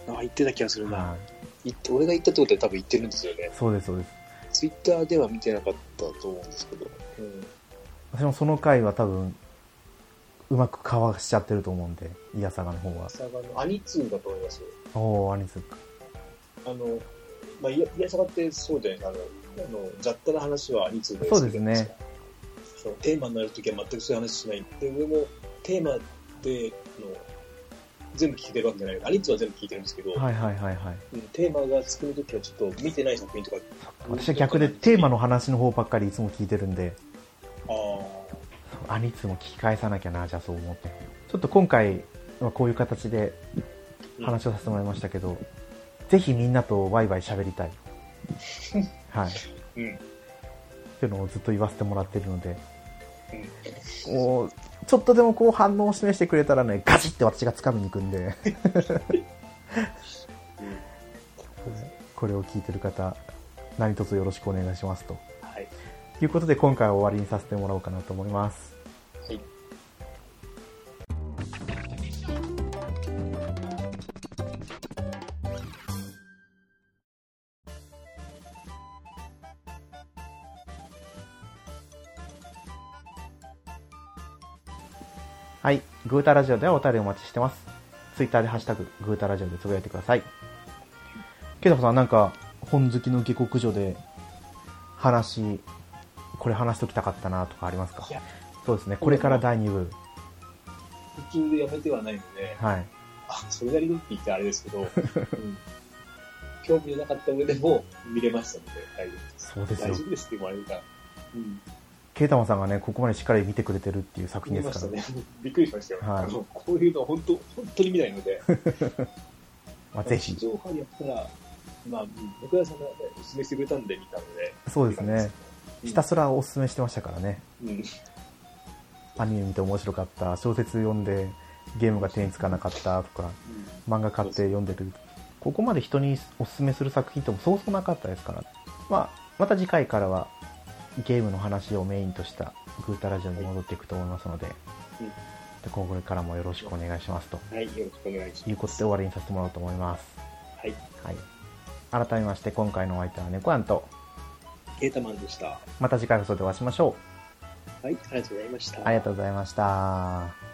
Speaker 2: けあ、言ってた気がするな。
Speaker 1: はい
Speaker 2: 言って俺が言ったってことは多分言ってるんですよね。
Speaker 1: そうですそうです
Speaker 2: ツイッターでは見てなかったと思うんですけど。うん。
Speaker 1: 私もその回は多分うまくかわしちゃってると思うんでイヤサガの方は
Speaker 2: サガのアニツーだと思いますよ。
Speaker 1: おお兄さん
Speaker 2: あの、まあ、いや、いやさかってそうじゃないあの、あの雑多な話は兄通の
Speaker 1: そうですね
Speaker 2: そのテーマになるときは全くそういう話しない。で、俺もテーマで、あの、全部聞いてるわけじゃない。兄通は全部聞いてるんですけど、
Speaker 1: はいはいはいはい
Speaker 2: うんテーマが作るときはちょっと見てない作品とか。
Speaker 1: 私は逆でテーマの話の方ばっかりいつも聞いてるんで
Speaker 2: ああ。
Speaker 1: あいつも聞き返さなきゃなじゃあそう思ってちょっと今回はこういう形で話をさせてもらいましたけど、ぜひみんなとワイワイ喋りたいはいっ
Speaker 2: う
Speaker 1: て
Speaker 2: ん。
Speaker 1: いうのをずっと言わせてもらってるのでもうちょっとでもこう反応を示してくれたらねガチって私が掴みに行くんで
Speaker 2: うん。
Speaker 1: これを聞いてる方何卒よろしくお願いしますと
Speaker 2: はい。
Speaker 1: ということで今回は終わりにさせてもらおうかなと思います。
Speaker 2: はい
Speaker 1: はい、グータラジオではお便りお待ちしてます。ツイッターでハッシュタググータラジオでつぶやいてください。ケイタコさんなんか本好きの下克上で話これ話しときたかったなとかありますか
Speaker 2: いや。
Speaker 1: そうですね。これから第2部。
Speaker 2: 途中でやめてはないので、
Speaker 1: はい。
Speaker 2: あ、それなりにって言ってあれですけ
Speaker 1: [LAUGHS]
Speaker 2: ど、うん興味のなかった俺でも見れましたので、大丈夫です。
Speaker 1: そうです
Speaker 2: 大
Speaker 1: よ
Speaker 2: 丈。夫ですって言われるから。うん。
Speaker 1: ケイタマさんがね、ここまでしっかり見てくれてるっていう作
Speaker 2: 見
Speaker 1: 品
Speaker 2: ま
Speaker 1: で
Speaker 2: し
Speaker 1: す
Speaker 2: た
Speaker 1: からね。
Speaker 2: ね。
Speaker 1: [LAUGHS]
Speaker 2: びっくりしましたよ。
Speaker 1: はい
Speaker 2: あのこういうのは本当、本当に見ないの
Speaker 1: [LAUGHS]
Speaker 2: で、
Speaker 1: まあ、ぜひ
Speaker 2: 地。上波でやったら、まあ、僕らさんがねお勧めしてくれたんで見たので、
Speaker 1: そうですね。
Speaker 2: うん
Speaker 1: ひたすらおすすめしてましたからね。
Speaker 2: うん。
Speaker 1: アニメ見て面白かった、小説読んでゲームが手につかなかったとか、漫画買って読んでる。ここまで人におすすめする作品ってもそうそうなかったですから。まあ、また次回からはゲームの話をメインとしたグータラジオに戻っていくと思いますので、
Speaker 2: うん
Speaker 1: でこれからもよろしくお願いしますと
Speaker 2: はい、よろしくお願いし
Speaker 1: いう
Speaker 2: ま。
Speaker 1: ことです終わりにさせてもらおうと思います。
Speaker 2: はい、
Speaker 1: はい、改めまして今回のお相手はネコアンと
Speaker 2: ケータマンでした。
Speaker 1: また次回の放送でお会いしましょう
Speaker 3: はい、ありがとうございました。
Speaker 1: ありがとうございました。